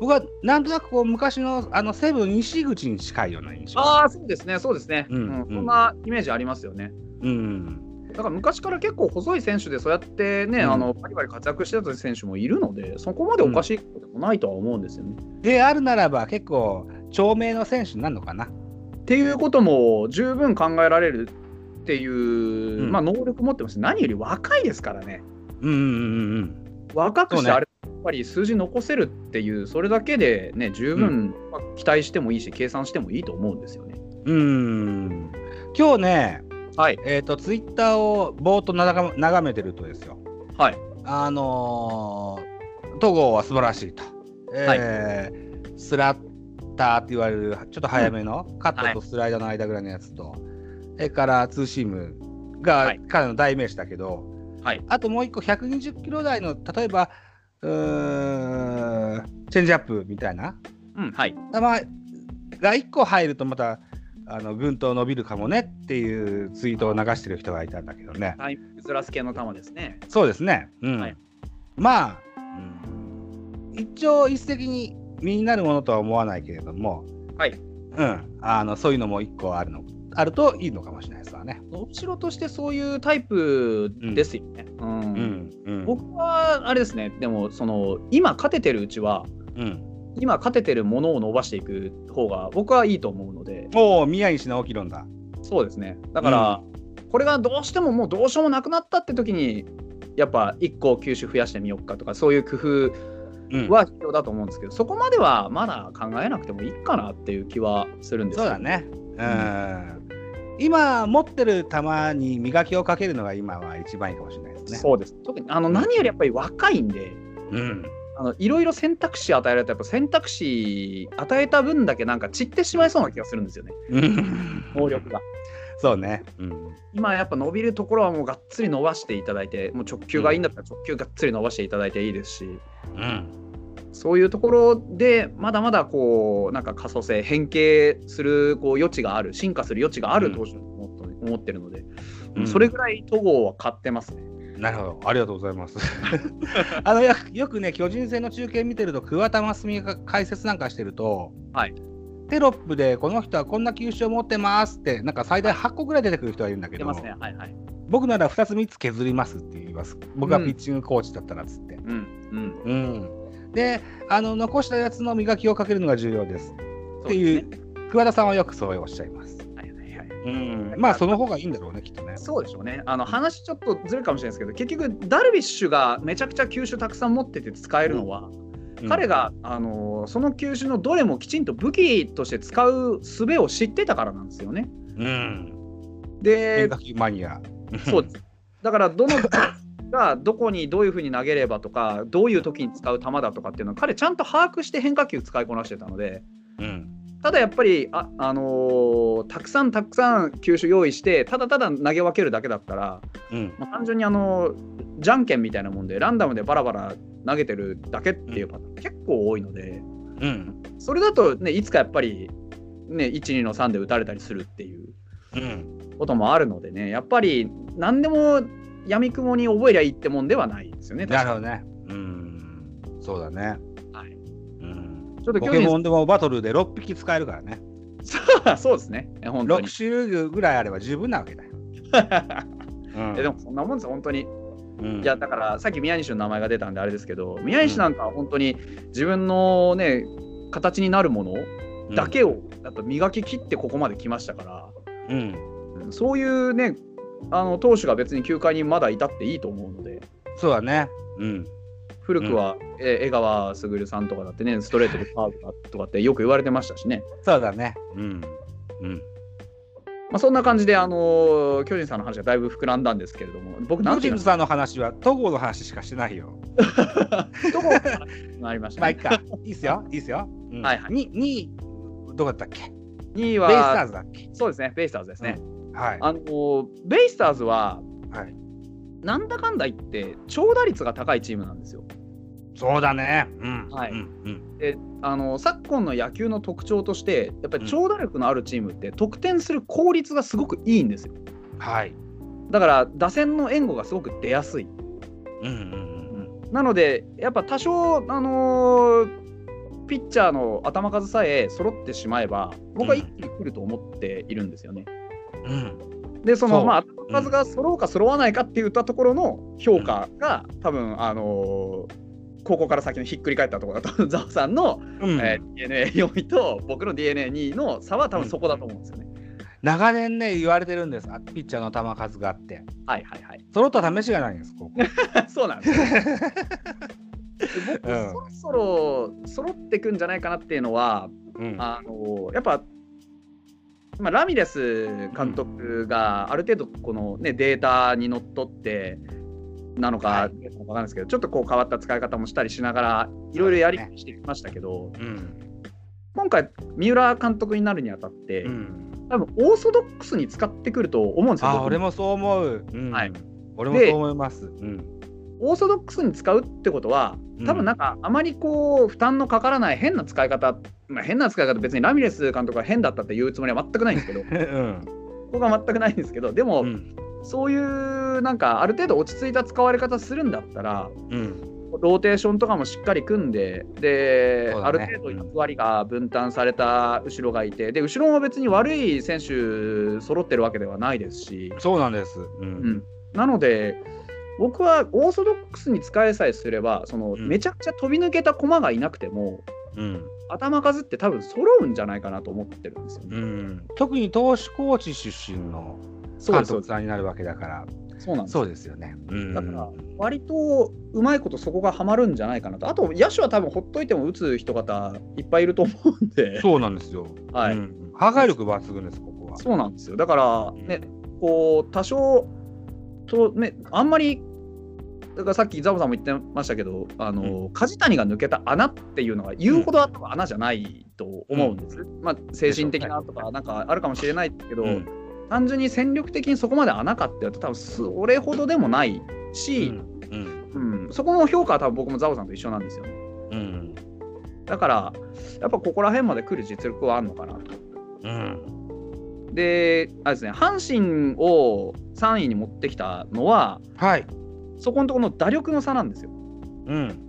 S2: 僕はなんとなくこう昔のあの西武西口に近いような印象。
S1: ああそうですねそうですね、
S2: う
S1: うんん
S2: うん
S1: そんなイメージありますよね。
S2: うん。
S1: だから昔から結構細い選手でそうやってね、
S2: うん
S1: あのバリバリ活躍してた選手もいるのでそこまでおかしいことでもないとは思うんですよね。
S2: であるならば結構長命の選手になるのかな。
S1: っていうことも十分考えられるっていう、
S2: ん
S1: まあ、能力持ってますし何より若いですからね
S2: うんうんうん
S1: 若く
S2: そう
S1: し
S2: ね
S1: てあれ、やっぱり数字残せるっていうそれだけでね十分、まあ期待してもいいし計算してもいいと思うんですよね。
S2: うん。うん。今日ね、
S1: はい、
S2: えっ、とツイッターをぼーっとなが眺めてるとですよ。
S1: はい、
S2: あのー、戸郷は素晴らしいと。えースラッターって言われるちょっと早めの、カットとスライダーの間ぐらいのやつと、それからツーシーム
S1: は
S2: が
S1: い
S2: 彼の代名詞だけど、
S1: はい
S2: あともう一個120キロ台の例えばうーんチェンジアップみたいな
S1: うんはい、
S2: 球が1個入るとまたあのぐんと伸びるかもねっていうツイートを流してる人がいたんだけどね。
S1: タイミングずらす系の球ですね。
S2: そうですね。うん。
S1: はい
S2: まあ、うん一朝一夕に身になるものとは思わないけれども、
S1: はい
S2: うん、あのそういうのも一個あるのあるといいのかもしれないですわね。
S1: 伸びしろとしてそういうタイプですよね。うん
S2: うん、うん、
S1: 僕はあれですねでもその今勝ててるうちは
S2: うん、
S1: 今勝ててるものを伸ばしていく方が僕はいいと思うので
S2: おお、宮西直樹論だ。
S1: そうですね。だから、これがどうしてももうどうしようもなくなったって時に、やっぱ1個球種増やしてみようかとか、そういう工
S2: うん
S1: 夫、は必要だと思うんですけど、そこまではまだ考えなくてもいいかなっていう気はするんです
S2: そう
S1: よ
S2: だ。ね。うん、今持ってる球に磨きをかけるのが今は一番いいかもしれないですね。
S1: そうです。特にあの
S2: うん
S1: 何よりやっぱり若いんで、
S2: うん、
S1: あのいろいろ選択肢与えられたらやっぱ選択肢与えた分だけなんか散ってしまいそうな気がするんですよね、
S2: うん
S1: 能力が。
S2: そうね。うん
S1: 今やっぱ伸びるところはもうがっつり伸ばしていただいて、もう直球がいいんだったら直球がっつり伸ばしていただいていいですし、
S2: うん
S1: そういうところでまだまだこうなんか可塑性変形するこう余地がある進化する余地があ
S2: う
S1: る
S2: ん
S1: 投手だと思った思ってるので、
S2: うん
S1: それぐらい戸郷は買ってますね。
S2: なるほど、ありがとうございます。 あのよよくね、巨人戦の中継見てると、桑田真澄が解説なんかしてると、
S1: はい
S2: テロップで、この人はこんな球種を持ってますって、なんか最大8個ぐらい出てくる人がいるんだけ
S1: 出
S2: ど、
S1: ますね。はいはい。
S2: 僕なら2つ、3つ削りますって言います、僕は
S1: うん
S2: ピッチングコーチだったらっつって。
S1: うんうん。
S2: うんであの、残したやつの磨きをかけるのが重要です
S1: そ
S2: っ
S1: です
S2: てい
S1: ね
S2: う、。桑田さんはよくそうおっしゃいます。
S1: はいはいはい。
S2: うん、まあ、その方がいいんだろうね、きっとね。
S1: そうでしょうね。あの話ちょっとずるかもしれないですけど、結局ダルビッシュがめちゃくちゃ球種たくさん持ってて使えるのは、彼
S2: が、
S1: があのその球種のどれもきちんと武器として使う術を知ってたからなんですよね。
S2: うん、
S1: で
S2: 変化球マニア。
S1: そうです。だからどの がどこにどういうふうに投げればとかどういう時に使う球だとかっていうのは彼ちゃんと把握して変化球使いこなしてたので
S2: うん、
S1: ただやっぱりあ、あのーたくさんたくさん球種用意してただただ投げ分けるだけだったら、
S2: うん
S1: まあ、単純に、あのーじゃんけんみたいなもんでランダムでバラバラ投げてるだけっていうパターン結構多いので
S2: うん
S1: それだと、ね、いつかやっぱり、ね、12の3で打たれたりするっていう
S2: うん
S1: こともあるのでねやっぱり何でもやみくもに覚えりゃいいってもんではないですよね。
S2: なるほ
S1: ほ
S2: どね。うん。そうだね。
S1: ど。はい、
S2: うん。
S1: ちょっと
S2: ポ
S1: 巨
S2: ケモ
S1: 人
S2: ンでもバトルで6匹使えるからね。
S1: さん そうですね。え本当に
S2: 6。種類ぐらいあれば十分なわけ だよ。うん
S1: えでもそんなもんです本当に。
S2: うん
S1: いやだからさっき宮西の名前が出たんであれですけど宮西なんかは本当に自分のね形になるものだけをやっぱ磨き切ってここまで来ましたから。
S2: うん。
S1: うんそういうねあの投手が別に球界にまだいたっていいと思うので
S2: そうだね。うん。
S1: 古くは、えー江川卓さんとかだってねストレートでカーブだとかってよく言われてましたしね、
S2: そうだね。うん。うん。
S1: まあ、そんな感じで、あのー巨人さんの話がだいぶ膨らんだんですけれども僕
S2: ノ
S1: 何て
S2: ジ
S1: 言う
S2: ム
S1: の
S2: さんの話は、戸郷の話しかしてな いよ。
S1: どこかなりました
S2: まあ、い
S1: ね
S2: っか。いいっすよ。いいっすよ。うん
S1: はいはい
S2: に、に、どこだったっけ
S1: 2位
S2: ベイスター
S1: は
S2: ズだっけ
S1: そうですねベイスターズですね、
S2: はい。
S1: あのーベイスターズは、
S2: はい
S1: なんだかんだ言って長打率が高いチームなんですよ
S2: そうだね。うん。
S1: はい
S2: うん。うん
S1: であの昨今の野球の特徴としてやっぱり長打力のあるチームって得点する効率がすごくいいんですよ
S2: はい。
S1: だから打線の援護がすごく出やすい
S2: うんうんうん
S1: なのでやっぱ多少あのーピッチャーの頭数さえ揃ってしまえば僕は一気に来ると思っているんですよね。
S2: うん。うん。
S1: でその
S2: そう
S1: まあ頭数が揃うか揃わないかって言ったところの評価が多分あのー高校から先のひっくり返ったところだと ざわさんの
S2: うん
S1: え d n a 4位と僕の d n a 2位の差は多分そこだと思うんですよね。
S2: 長年ね、言われてるんです。あピッチャーの球数があって。
S1: はいはいはい。
S2: そろった試しがないんです、ここ。
S1: そうなんですよ。僕、
S2: うん
S1: そろそろ揃ってくんじゃないかなっていうのは、
S2: うん
S1: あのやっぱ、まあ、ラミレス監督がある程度この、ね、データにのっとってなの
S2: は
S1: か
S2: い
S1: 分かんないですけど、ちょっとこう変わった使い方もしたりしながらいろいろやりくりしてきましたけど、
S2: うん。
S1: 今回三浦監督になるにあたって、
S2: うん。
S1: 多分オーソドックスに使ってくると思うんですよ。
S2: あ、
S1: 僕も
S2: 俺もそう思う。うん
S1: はい。
S2: 俺もそう思います。うん。
S1: オーソドックスに使うってことは多分なんかあまりこう負担のかからない変な使い方、まあ、変な使い方別にラミレス監督が変だったって言うつもりは全くないんです けど
S2: うん。
S1: 僕は全くないんですけどでも、
S2: うん。
S1: そういうなんかある程度落ち着いた使われ方するんだったら
S2: うん。
S1: ローテーションとかもしっかり組んでで、
S2: そう
S1: あ
S2: だね
S1: る程度役割が分担された後ろがいてで後ろも別に悪い選手揃ってるわけではないですし。
S2: そうなんです。うん
S1: うん、なので僕はオーソドックスに使えさえすればその、
S2: うん
S1: めちゃくちゃ飛び抜けた駒がいなくても
S2: うん
S1: 頭数って多分揃うんじゃないかなと思ってるんですよね。
S2: うん、特に投手コーチ出身の
S1: そう
S2: 監
S1: ですそう
S2: 督
S1: です
S2: さんになるわけだから、
S1: そうなんです
S2: そうですよね。うん
S1: だから割とうまいことそこがはまるんじゃないかなとあと野手は多分ほっといても打つ人方いっぱいいると思うんで
S2: そうなんですよ。
S1: はい
S2: うん破壊力抜群です、ここは。
S1: そうなんですよだからねこう多少と、ね、あんまりだからさっきザボさんも言ってましたけどあの、梶谷が抜けた穴っていうのは言うほど多分穴じゃないと思うんです、まあ、精神的なとかなんかあるかもしれないけど、
S2: うん
S1: 単純に戦力的にそこまで穴かって言うと多分それほどでもないし、
S2: うん
S1: うんそこの評価は多分僕もザボさんと一緒なんですよね
S2: うん
S1: だからやっぱここら辺まで来る実力はあるのかなと。
S2: うん
S1: であれですね阪神を3位に持ってきたのは
S2: はい。
S1: そこのところの打力の差なんですよ。
S2: うん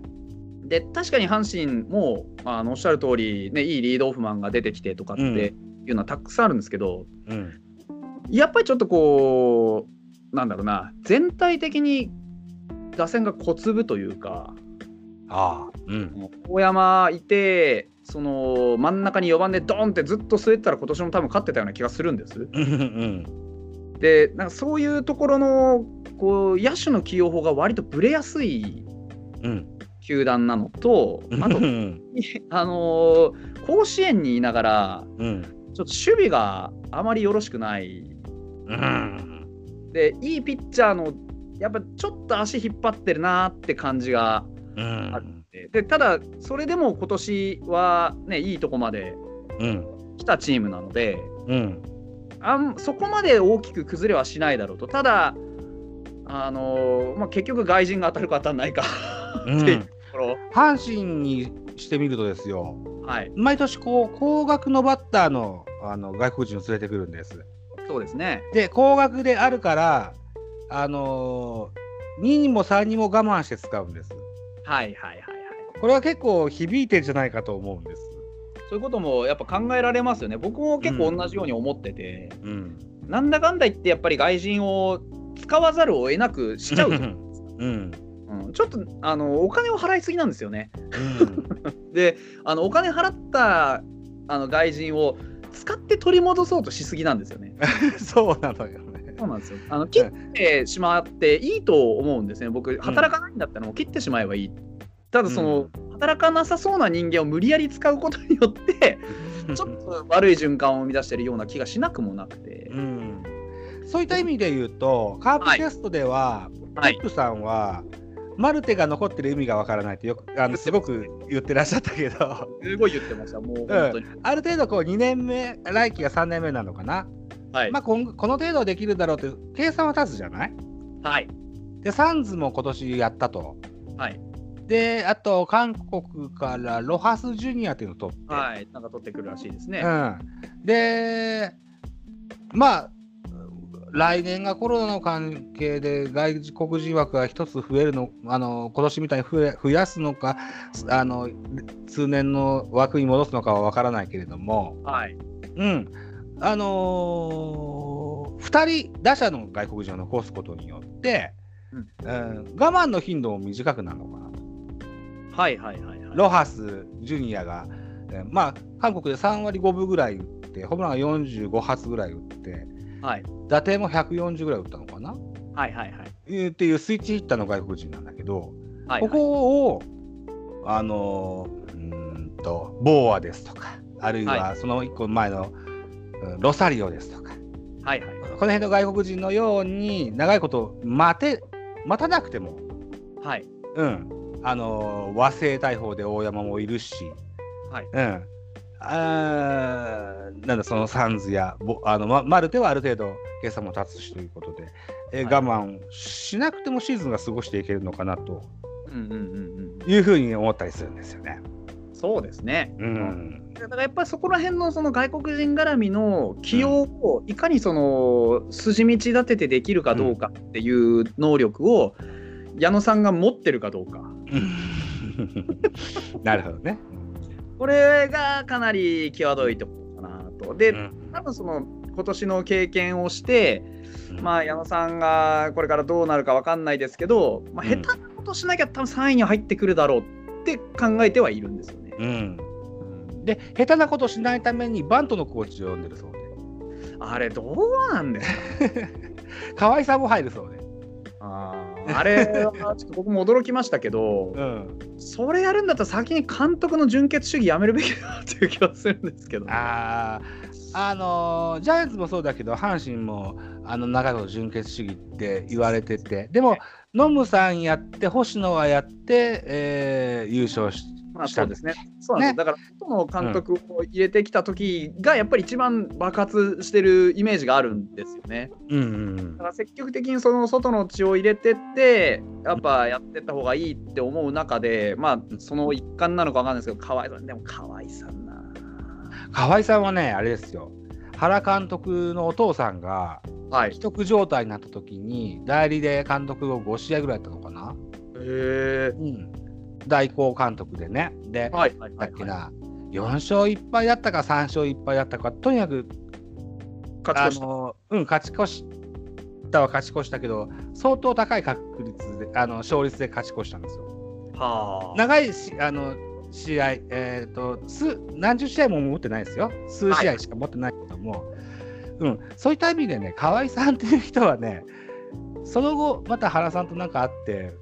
S1: で確かに阪神もあのおっしゃる通りねいいリードオフマンが出てきてとかって
S2: うん
S1: いうのはたくさんあるんですけど、
S2: うん
S1: やっぱりちょっとこうなんだろうな全体的に打線が小粒というか
S2: ああ。うん
S1: 大山いてその真ん中に4番でドンってずっと据えてたら今年も多分勝ってたような気がするんです。
S2: うんうん
S1: でなんかそういうところのこう野手の起用法が割とブレやすい
S2: うん
S1: 球団なのと
S2: うん
S1: あと
S2: うん
S1: あのー甲子園にいながら
S2: うん
S1: ちょっと守備があまりよろしくない
S2: うん
S1: でいいピッチャーのやっぱちょっと足引っ張ってるなーって感じが
S2: うん
S1: あってでただそれでも今年はねいいとこまで
S2: うん
S1: 来たチームなので
S2: うん
S1: あんそこまで大きく崩れはしないだろうとただあのーまあ、結局外人が当たるか当たらないか
S2: うん
S1: っていうところ、
S2: 阪神にしてみるとですよ、
S1: はい
S2: 毎年こう高額のバッターのあの外国人を連れてくるんです。
S1: そうですね
S2: で高額であるから、あのー、2にも3にも我慢して使うんです。
S1: はいはいはいはい
S2: これは結構響いてんじゃないかと思うんです。
S1: そういうこともやっぱ考えられますよね。僕も結構同じように思ってて、
S2: うん、
S1: なんだかんだ言ってやっぱり外人を使わざるを得なくしちゃうと、
S2: うん、
S1: うんちょっとあのお金を払いすぎなんですよね。
S2: うん、
S1: であのお金払ったあの外人を使って取り戻そうとしすぎなんですよね。
S2: そうなのよね。
S1: そうなんですよ。あの切ってしまっていいと思うんですね。僕働かないんだったらもう切ってしまえばいい。ただその、働かなさそうな人間を無理やり使うことによってちょっと悪い循環を生み出してるような気がしなくもなくて
S2: う。んそういった意味で言うと、カープキャストでは、ト
S1: はい
S2: ップさんは、マルテが残ってる意味がわからないってよくあのすごく言ってらっしゃったけど、
S1: すごい言ってました。もう本当に。
S2: ある程度こう2年目、来季が3年目なのかな、
S1: はい。
S2: まあ、こんこの程度できるだろうって計算は立つじゃない
S1: はい。
S2: で、サンズも今年やったと。
S1: はい。
S2: で、あと韓国からロハス・ジュニアっていうのを取って、
S1: はい。なんか取ってくるらしいですね。
S2: うん、で、まあ、来年がコロナの関係で外国人枠が一つ増えるの、あの今年みたいに増え増やすのかあの、通年の枠に戻すのかは分からないけれども、
S1: はい。
S2: うん、あのー、2人打者の外国人を残すことによって、
S1: うん
S2: うん我慢の頻度も短くなるのかなと。
S1: はいはいはいはい。
S2: ロハス・ジュニアが、えーまあ、韓国で3割5分ぐらい打って、ホームランが45発ぐらい打って、
S1: はい。
S2: 打点も140ぐらい打ったのかな、
S1: はいはいはい。
S2: えーっていうスイッチヒッターの外国人なんだけど、
S1: はい、
S2: ここを、あのーうーんと、ボーアですとか、あるい
S1: は
S2: はその1個前の、うんロサリオですとか、
S1: はいはい
S2: この辺の外国人のように、長いこと待て待たなくても、
S1: はい
S2: うん、あのー和製大砲で大山もいるし、
S1: はい
S2: うん、あーなんだそのサンズやボあの、ま、マルテはある程度計算も立つしということで、え
S1: はい
S2: 我慢しなくてもシーズンが過ごしていけるのかなと
S1: うんうんうん
S2: いうふうに思ったりするんですよね。
S1: うん。そうですね。
S2: うん、
S1: だからやっぱりそこら辺のその外国人絡みの起用をいかにその筋道立ててできるかどうかっていう能力を矢野さんが持ってるかどうか。
S2: なるほどね。
S1: これがかなり際どいところかなと。で、多分その今年の経験をして、まあ、矢野さんがこれからどうなるかわかんないですけど、まあ、
S2: う
S1: 下
S2: ん
S1: 手なことしなきゃ多分3位には入ってくるだろうって考えてはいるんですよね。
S2: うん、で下手なことしないためにバントのコーチを呼んでるそう
S1: あれどうなんですか
S2: で可愛さも入るそうで。
S1: あーあれはちょっと僕も驚きましたけど
S2: うん
S1: それやるんだったら先に監督の純潔主義やめるべきだなっていう気がするんですけど
S2: あーあのージャイアンツもそうだけど阪神もあの長いこと純潔主義って言われててでもノムさんやって星野はやって、えー優勝し
S1: まあそうですねそうなんです、だ
S2: ね
S1: から外の監督を入れてきた時がやっぱり一番爆発してるイメージがあるんですよね
S2: うんうん
S1: だから積極的にその外の血を入れてってやっぱやってった方がいいって思う中でまあその一環なのか分かんないですけど河合さんでも河合さんな
S2: 河合さんはねあれですよ原監督のお父さんが
S1: はいへ
S2: 既得状態になった時に代理で監督を5試合ぐらいやったのかな、
S1: え
S2: うん、代行監督でねで、
S1: はいはいは
S2: だっ
S1: い
S2: け
S1: はい
S2: な、4勝1敗だったか3勝1敗だったかとにかく
S1: 勝ち越し
S2: あのうん、勝ち越したは勝ち越したけど、相当高い確率で、あの勝率で勝ち越したんですよ。
S1: たはあ
S2: 長いしあの試合、えーと数、何十試合も持ってないですよ、数試合しか持ってないけども、うん、そういった意味でね、河合さんっていう人はね、その後、また原さんとなんかあって、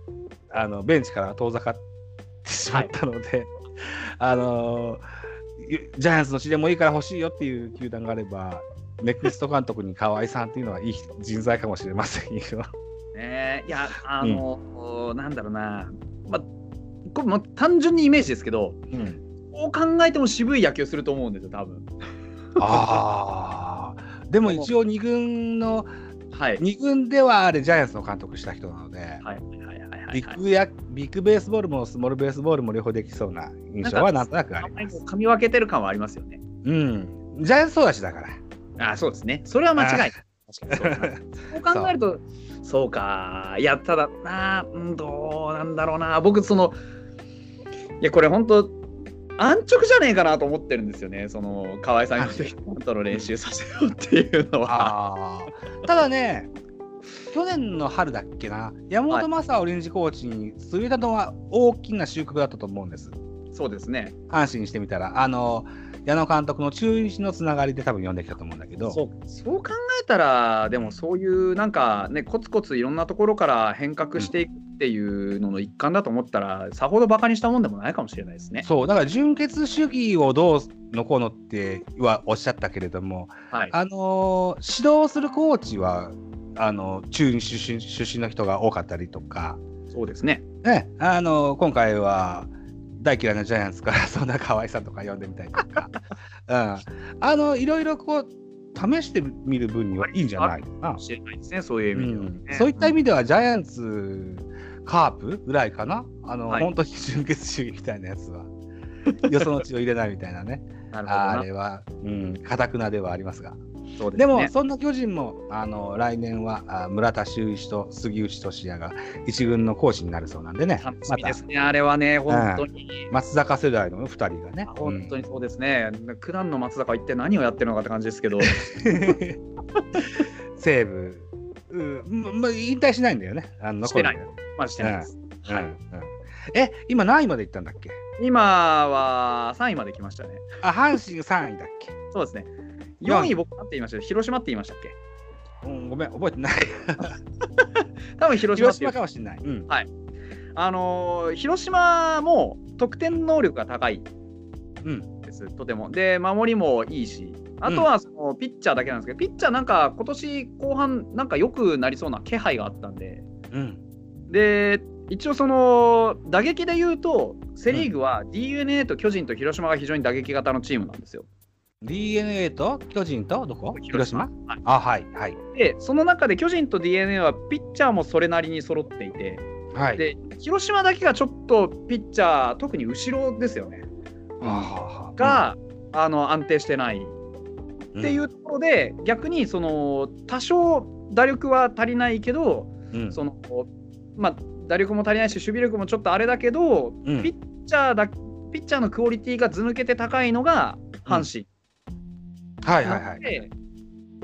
S2: あのベンチから遠ざかってしまったので、あのゆジャイアンツの地でもいいから欲しいよっていう球団があれば、ネクスト監督に河合さんっていうのはいい人材かもしれませんよ。
S1: ねいやあの、なんだろうなまあこれもう単純にイメージですけど
S2: うん、
S1: こう考えても渋い野球すると思うんですよ多分
S2: ああ、でも一応2軍の
S1: はい
S2: 二軍ではあれジャイアンツの監督した人なので、
S1: はいはいはいはいは
S2: ビ
S1: い
S2: ッグやビッグベースボールもスモールベースボールも両方できそうな印象はなんとなくあ
S1: あ
S2: り
S1: んま
S2: ま
S1: り
S2: す
S1: こう。噛み分けてる感はありますよね
S2: うん、ジャイアンツ育ちだから。
S1: あそうですねそれは間違いない確かにそうだなそう考えるとそうかいやただなあうんどうなんだろうな僕そのいやこれ本当安直じゃねえかなと思ってるんですよねその河合さんにヒットの練習させようっていうのは
S2: あーただね、去年の春だっけな、山本昌オレンジコーチに、それだとは大きな収穫だったと思うんです。
S1: そうですね。
S2: 阪神にしてみたら、あの矢野監督の中日のつながりで多分読んできたと思うんだけど、
S1: そうそう考えたらでもそういうなんかねコツコツいろんなところから変革していくっていうのの一環だと思ったら、さほどバカにしたもんでもないかもしれないですね。
S2: そうだから純血主義をどうのこうのってはおっしゃったけれども、
S1: はい、
S2: あの指導するコーチはあの中日出身出身の人が多かったりとか、
S1: そうですね。
S2: ね、あの今回は大嫌いなジャイアンツから そんな可愛さとか読んでみたりとか、うん、あのいろいろこう試してみる分にはいいんじゃないかな
S1: かも。しれないですね。そういう意味ではね、
S2: うんそういった意味ではジャイアンツカープぐらいかなあの、
S1: はい
S2: 本当に純血主義みたいなやつはよその血を入れないみたいなね
S1: なるほど
S2: あ
S1: な
S2: れはうんかたくなではありますが
S1: そう
S2: でも、
S1: ね
S2: そんな巨人もあの来年はあ村田修一と杉内俊也が一軍のコーチになるそうなんでね
S1: 楽しみですね、あれはね、本当に、
S2: また松坂世代の2人がね
S1: あ本当
S2: に、
S1: にそうですね、九段の松坂、一体何をやってるのかって感じです けど、
S2: うん西武、うんまま引退しないんだよねあの
S1: して
S2: 残るんだよ
S1: まあしてないです。
S2: うん
S1: は
S2: うんえ今何位まで行ったんだっけ
S1: い、今は3位まで来ましたね。
S2: あ阪神3位だっけ、
S1: そうですね。
S2: 四
S1: 4
S2: 位
S1: 位僕なんて言いました広島って言いましたっけ
S2: うん、ごめん覚えてない
S1: 多分広島
S2: 広
S1: って言
S2: 島
S1: う
S2: かもしれない、うん、
S1: あのー広島も得点能力が高い
S2: うん
S1: です、とても。で、守りもいいし、あとはそのピッチャーだけなんですけど、ピッチャーなんか今年後半、なんか良くなりそうな気配があったんで、
S2: うん
S1: で一応その打撃で言うとセ・リーグは d n a と巨人と広島が非常に打撃型のチームなんですよ。
S2: d n a と巨人とどこ広
S1: 広
S2: 島
S1: 島
S2: あはいはい
S1: でその中で巨人と d n a はピッチャーもそれなりに揃っていて
S2: はい
S1: で広島だけがちょっとピッチャー特に後ろですよね
S2: あー、
S1: が、あの安定してないっていううところで、逆にその多少打力は足りないけど
S2: うん
S1: そのまあ打力も足りないし守備力もちょっとあれだけど、
S2: うん
S1: ピッチャーだピッチャーのクオリティがず抜けて高いのが阪神
S2: はい
S1: な
S2: は
S1: の
S2: い
S1: で、
S2: はい、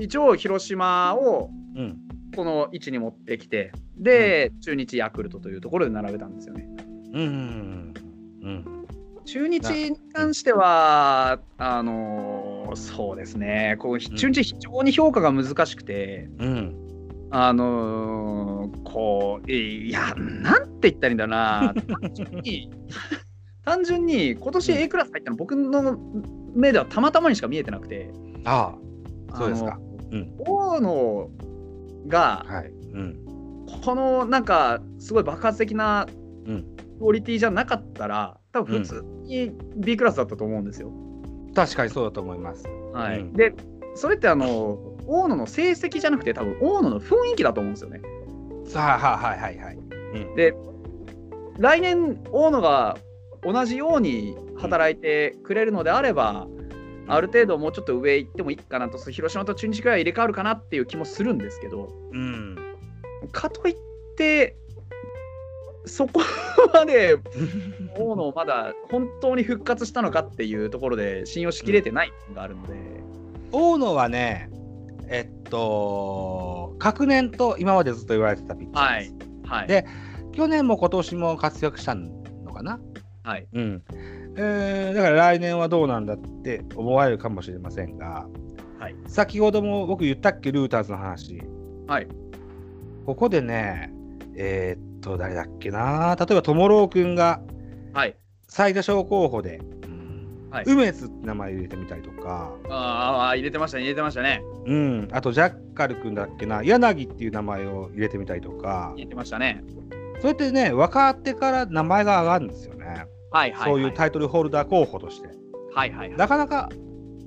S1: 一応広島を
S2: うん、
S1: この位置に持ってきてで、中日ヤクルトというところで並べたんですよね。
S2: うんうん
S1: 中日に関してはあのーそうですねこう中日非常に評価が難しくて。
S2: うん
S1: あのーこういやなんて言ったらいいんだろうなに 単純に今年
S2: うん
S1: A クラス入ったの僕の目ではたまたまにしか見えてなくて
S2: ああそうですか
S1: あの
S2: うん
S1: 大野が
S2: はいうん
S1: このなんかすごい爆発的な
S2: うん
S1: クオリティじゃなかったら多分普通に B クラスだったと思うんですよ。
S2: 確かにそうだと思います
S1: はい
S2: うん
S1: でそれってあの大野の成績じゃなくて多分大野の雰囲気だと思うんですよね。
S2: さあはいはいはいはい
S1: 来年大野が同じように働いてくれるのであれば、ある程度もうちょっと上行ってもいいかなとそう広島と中日くらい入れ替わるかなっていう気もするんですけど
S2: うん
S1: かといってそこまで大野をまだ本当に復活したのかっていうところで信用しきれてないのがあるので、
S2: 大野はねえっと隔年と今までずっと言われてたピッチャー
S1: は
S2: です
S1: い、はい
S2: で去年も今年も活躍したのかな、
S1: はい
S2: うんえーだから来年はどうなんだって思われるかもしれませんが、
S1: はい
S2: 先ほども僕言ったっけルーターズの話
S1: はい
S2: ここでねえーっと誰だっけな例えばトモロー君が
S1: はい
S2: 最多勝候補で、
S1: はい
S2: 梅津って名前入れてみたりとか、
S1: ああ入れてましたね入れてましたね
S2: うん、あとジャッカル君だっけな柳っていう名前を入れてみたりとか
S1: 入れてましたね
S2: そうやってね若手から名前が上がるんですよね。
S1: はいはい
S2: そう
S1: はいいう
S2: タイトルホルダー候補として、
S1: はいはいはい
S2: なかなか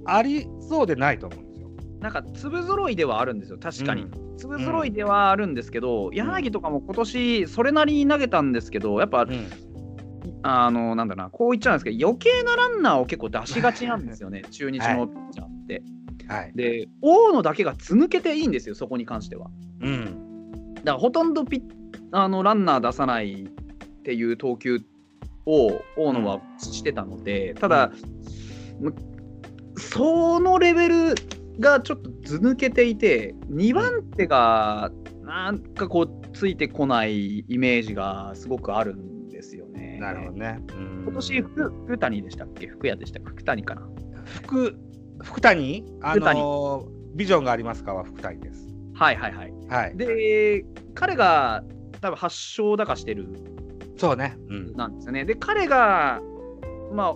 S2: ありそうでないと思うんですよ。
S1: なんか粒揃いではあるんですよ確かに、
S2: うん
S1: 粒揃いではあるんですけど、柳とかも今年それなりに投げたんですけどやっぱ、あのなんだろうなこう言っちゃうんですけど余計なランナーを結構出しがちなんですよね中日のピッチャーって。
S2: はい。
S1: で大野だけがつ抜けていいんですよそこに関しては。
S2: うん。
S1: だからほとんどピッあのランナー出さないっていう投球を大野はしてたので、ただ、むそのレベルがちょっとず抜けていて2番手がなんかこうついてこないイメージがすごくあるんですよね。えー
S2: なるほどね。
S1: 今年福福谷でしたっけ福屋でしたっけ福谷かな
S2: 福福谷あのービジョンがありますかは福谷です。
S1: はいはいはい
S2: はい。
S1: で彼が多分発症だかしてる
S2: そうね。うん。
S1: なんですよねで彼がまあ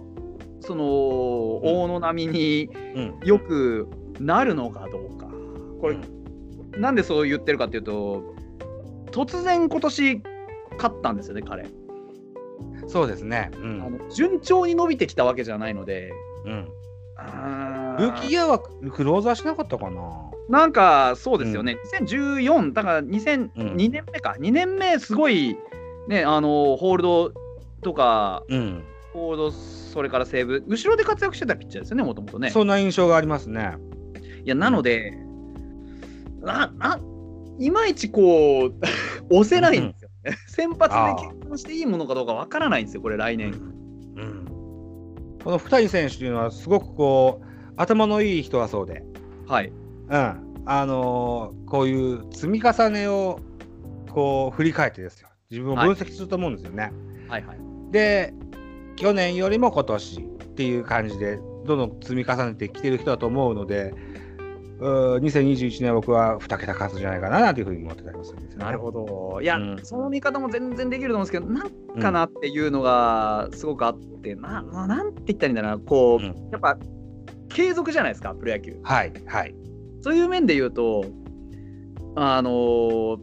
S1: その大野波に
S2: うん。
S1: よくなるのかどうかこれ、なんでそう言ってるかっていうと突然今年勝ったんですよね彼、
S2: うんそうですね。う
S1: あ
S2: ん。
S1: の順調に伸びてきたわけじゃないので
S2: うん。
S1: あ
S2: ル
S1: ー
S2: ーキーイヤーはクローザーしなかったかな。
S1: なんかそうですよね、2014だから2002年目か、2年目すごいねあのホールドとか
S2: うん。
S1: ホールドそれからセーブ後ろで活躍してたピッチャーですよねもともとね
S2: そんな印象がありますね。
S1: いやなので、なないまいちこう 押せないんですよね先発で結婚していいものかどうかわからないんですよこれ来年、
S2: うん。この福谷選手というのはすごくこう頭のいい人だそうで。
S1: はい
S2: うん、あのーこういう積み重ねをこう振り返ってですよ自分を分析すると思うんですよね。
S1: はいはい
S2: で去年よりも今年っていう感じでどんどん積み重ねてきてる人だと思うのでうー2021年僕は2桁勝つんじゃないかななんていうふうに思ってたりもするんですよね。
S1: なるほどいや、
S2: うん
S1: その見方も全然できると思うんですけどなん
S2: ど
S1: かなっていうのがすごくあって、なななんて言ったらいいんだろうなこう、
S2: うん
S1: やっぱ継続じゃないですかプロ野球
S2: はいはい。
S1: そういう面で言うと、あのー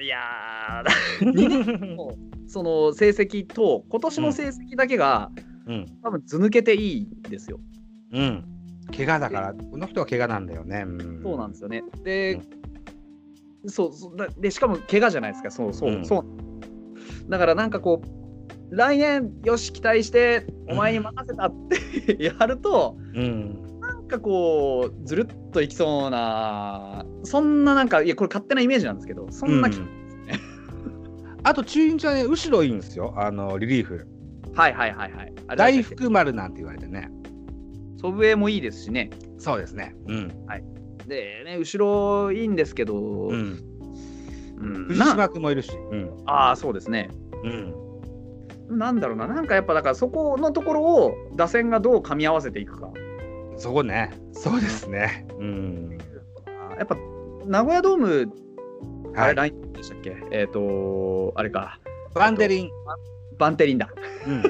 S1: いやー、2年 のその成績と、今年の成績だけが、
S2: うん
S1: 多分ず抜けていいんですよ。
S2: うん怪我だからこの人は怪我なんだよね。
S1: そうなん
S2: で
S1: ですよね。で、そうそうだでしかも怪我じゃないですか、そうそう、
S2: うん
S1: そう。だからなんかこう、来年、よし、期待して、お前に任せたって やると、
S2: うん
S1: なんかこうずるっといきそうなそんななんかいやこれ勝手なイメージなんですけどそんな、
S2: う
S1: き
S2: あと中日はね後ろいいんですよあのリリーフ
S1: はいはいはいはいあれ
S2: 大福丸なんて言われてね
S1: 祖父江もいいですしね
S2: そうですね、うん
S1: でね後ろいいんですけど、う
S2: うんん、藤
S1: な
S2: 島君もいるし、うん
S1: ああそうですね
S2: うん、
S1: なんだろうななんかやっぱだからそこのところを打線がどう噛み合わせていくか
S2: そこねそうですね、うん
S1: やっぱ名古屋ドームあ
S2: は
S1: れ
S2: い、
S1: 来年でしたっけ、えっ、とあれか
S2: バンデリン、
S1: バンテリンだ
S2: うん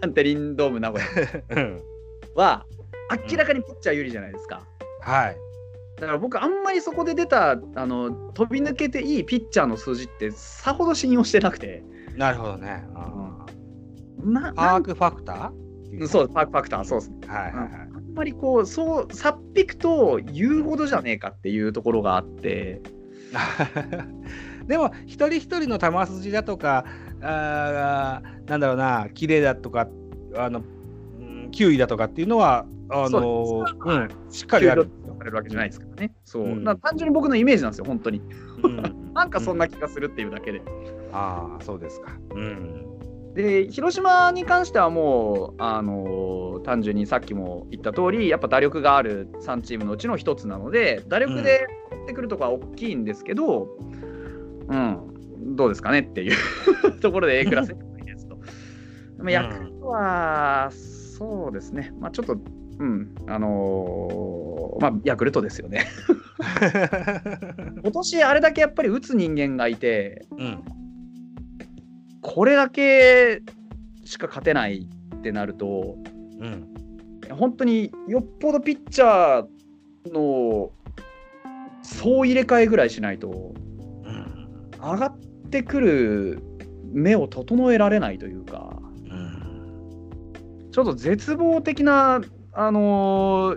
S1: バンテリンドーム名古屋
S2: うん、
S1: は明らかにピッチャー有利じゃないですか、
S2: はい
S1: だから僕あんまりそこで出たあの飛び抜けていいピッチャーの数字ってさほど信用してなくて
S2: なるほどね、あ
S1: な
S2: ーパ
S1: な
S2: ー
S1: ん
S2: クファクターってい
S1: そううパークファクターそうですね
S2: はいはいはい、
S1: あんまりこうそうさっぴくと言うほどじゃねえかっていうところがあって
S2: でも一人一人の球筋だとかあーなんだろうな綺麗だとかあのうん球威だとかっていうのはあ
S1: そ
S2: の
S1: うです
S2: うん、しっかりあるんですよ
S1: さ、れるわけじゃないですからねそう、
S2: うん
S1: な単純に僕のイメージなんですよ本当に
S2: うん
S1: なんかそんな気がするっていうだけで、
S2: ああそうですかうん
S1: で広島に関してはもうあのー単純にさっきも言った通りやっぱ打力がある3チームのうちの1つなので打力で持ってくるとこは大きいんですけど、うん、どうですかねっていう ところで A クラスに入りですと。まあ、ヤクルトは、そうですね、まあ、ちょっと、うん、あのーまあ、ヤクルトですよね。今年あれだけやっぱり打つ人間がいて、
S2: うん
S1: これだけしか勝てないってなると
S2: うん
S1: 本当によっぽどピッチャーの総入れ替えぐらいしないと
S2: うん
S1: 上がってくる目を整えられないというか
S2: うん
S1: ちょっと絶望的なあの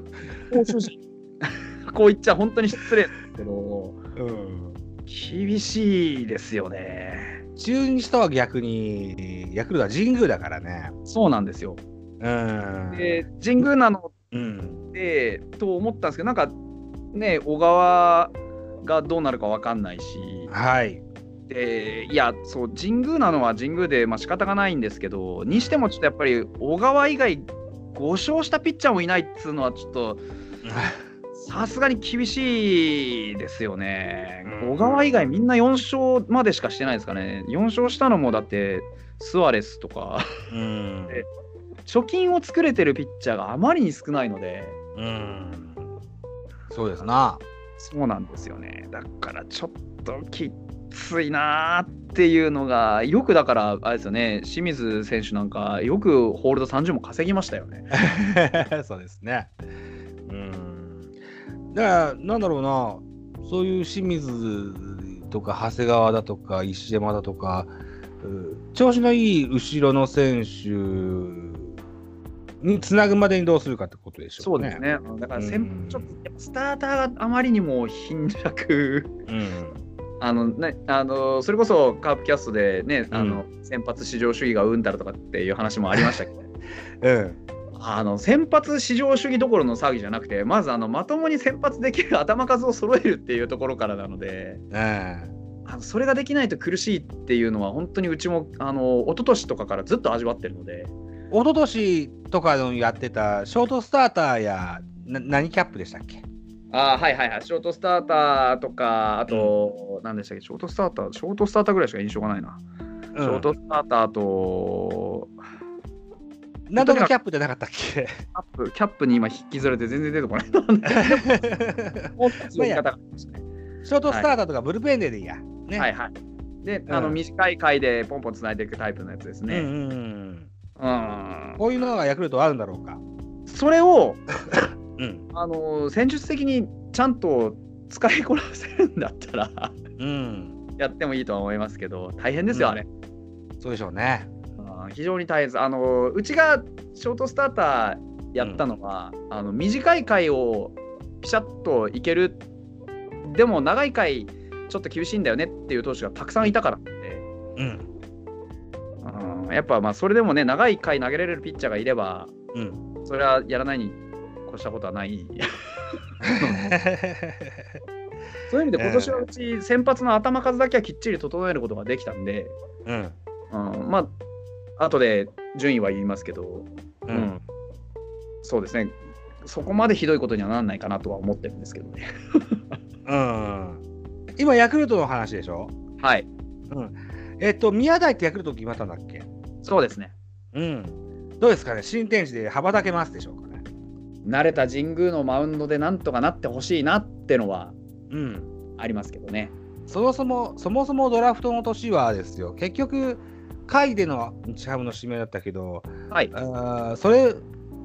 S1: ー投手陣 こう言っちゃ本当に失礼ですけど
S2: うん
S1: 厳しいですよね
S2: 中日とは逆にヤクルトは神宮だからね
S1: そうなんですよ。
S2: うん
S1: で神宮なの
S2: うん
S1: でと思ったんですけどなんかね小川がどうなるかわかんないし
S2: はい
S1: でいやそう神宮なのは神宮で、まあ仕方がないんですけどにしてもちょっとやっぱり小川以外5勝したピッチャーもいないっつうのはちょっとさすがに厳しいですよね
S3: う。ん
S1: 小川以外みんな4勝までしかしてないですかね。4勝したのもだってスアレスとか
S3: うん
S1: え貯金を作れてるピッチャーがあまりに少ないので
S3: うん
S2: そうですな。
S1: そうなんですよね。だからちょっときっついなーっていうのがよくだからあれですよね清水選手なんかよくホールド30も稼ぎましたよね。
S2: そうですね。
S3: うん
S2: だから、なんだろうな、そういう清水とか長谷川だとか石山だとか、う調子のいい後ろの選手につなぐまでにどうするかってことでしょ
S1: そうです。ね。だから先
S2: うん
S1: ちょっとやっぱスターターがあまりにも貧弱。
S3: うん
S1: あのね、あのそれこそカープキャストで、ねあの先発至上主義がうんたらとかっていう話もありましたけど
S2: うん。
S1: あの先発至上主義どころの騒ぎじゃなくてまずあのまともに先発できる頭数を揃えるっていうところからなので
S2: え
S1: あのそれができないと苦しいっていうのは本当にうちもあの一昨年とかからずっと味わってるので
S2: え一昨年とかのやってたショートスターターやな何キャップでしたっけ
S1: あーはいはいはいショートスターターとかあと、何でしたっけショートスターターショートスターターぐらいしか印象がないな、ショートスターターと
S2: うんなんとかキャップじゃな かったっけ
S1: キャップ、キャップに今引きずられて全然出てこ ないな。もう一つ言い方がありましたね。
S2: ショートスターターとかブルペンででいいや。ね。
S1: はいはい。で、あの
S2: うん
S1: 短い回でポンポンつないでいくタイプのやつです
S2: うん
S1: ね。
S2: うんうん
S1: うん。
S2: こういうのがヤクルトあるんだろうか。
S1: それを、
S2: うん。
S1: あの、戦術的にちゃんと使いこなせるんだったら、
S2: うん。
S1: やってもいいとは思いますけど、大変ですよ、
S2: うん
S1: あれ。うん
S2: そうでしょうね。
S1: 非常に大変です。あの、うちがショートスターターやったのは、あの短い回をピシャッといける、でも長い回、ちょっと厳しいんだよねっていう投手がたくさんいたからなんで、
S2: うん。
S1: うんやっぱまあそれでもね長い回投げられるピッチャーがいれば
S2: うん。
S1: それはやらないに越したことはないそういう意味で今年はうち先発の頭数だけはきっちり整えることができたんで、
S2: うん。
S1: うん、まあ後で順位は言いますけど、
S2: う
S1: うんん。そうですねそこまでひどいことにはならないかなとは思ってるんですけどね
S2: うん。今、ヤクルトの話でしょ
S1: はい
S2: えっと、宮台ってヤクルト決まったんだっけ
S1: そうですね
S2: うん。どうですかね新天地で羽ばたけますでしょうかね
S1: 慣れた神宮のマウンドでなんとかなってほしいなってのは
S2: うん。
S1: ありますけどね
S2: そもそも、そもそもドラフトの年はですよ。結局、下位での日ハムの指名だったけど、
S1: はい
S2: あーそれ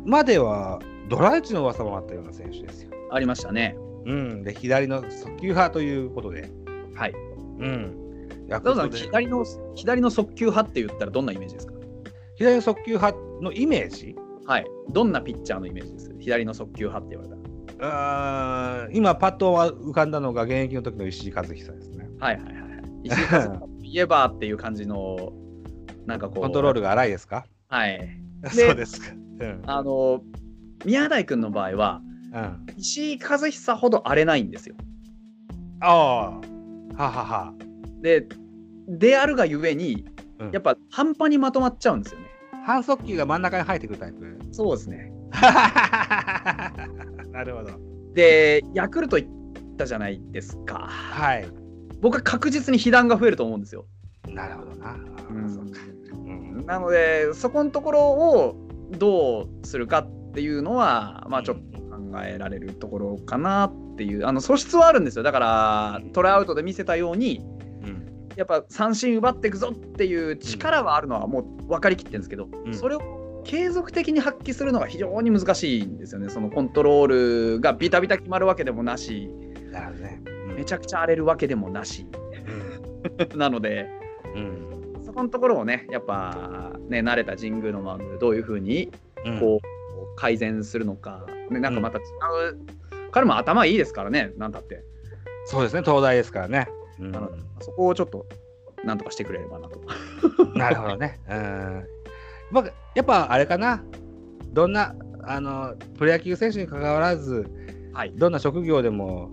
S2: まではドライチの噂もあったような選手ですよ。
S1: ありましたね
S2: うん、で左の速球派ということで、
S1: はい
S2: うん、ヤク
S1: ど
S2: ル
S1: うぞ
S2: トで左
S1: 左の左の速球派って言ったらどんなイメージですか
S2: の速球派のイメージ
S1: はい。どんなピッチャーのイメージです左の速球派って言われた
S2: あー今パッと浮かんだのが現役の時の石井和久ですね。
S1: ら。はいはいはいはい。石井和也といえばっていう感じの、なんかこう。
S2: コントロール。が荒いですか
S1: はい。
S2: そうですか。うん
S1: あの、宮台君の場合は、
S2: うん、
S1: 石井和久ほど荒れないんですよ。
S2: ああーははは。
S1: で、であるがゆえに
S2: うん、
S1: やっぱ半端にまとまっちゃうんですよね。
S2: 反則球が真ん中に入ってくるタイプ
S1: そうですね。
S2: なるほど。
S1: で、ヤクルト行ったじゃないですか。
S2: はい。
S1: 僕は確実に被弾が増えると思うんですよ。
S2: なるほどな。そうかうん
S1: なのでそこのところをどうするかっていうのはまあちょっと考えられるところかなっていうあの素質はあるんですよだからトライアウトで見せたように
S2: うん
S1: やっぱ三振奪っていくぞっていう力はあるのはもう分かりきってるんですけど、
S2: うん
S1: それを継続的に発揮するのが非常に難しいんですよねそのコントロールがビタビタ決まるわけでもなし
S2: なるほどね。
S1: めちゃくちゃ荒れるわけでもなしなので。
S2: うん
S1: そこのところをね、やっぱね、慣れた神宮のマウンドでどういうふうに
S2: うん
S1: こう改善するのか、ね、なんかまた違う、彼も頭いいですからね、なんだって、
S2: そうですね、東大ですからね。うん
S1: なのでそこをちょっとなんとかしてくれればなと。
S2: なるほどね。うんまあ、やっぱあれかな、どんなあのプロ野球選手に関わらず、
S1: はい
S2: どんな職業でも、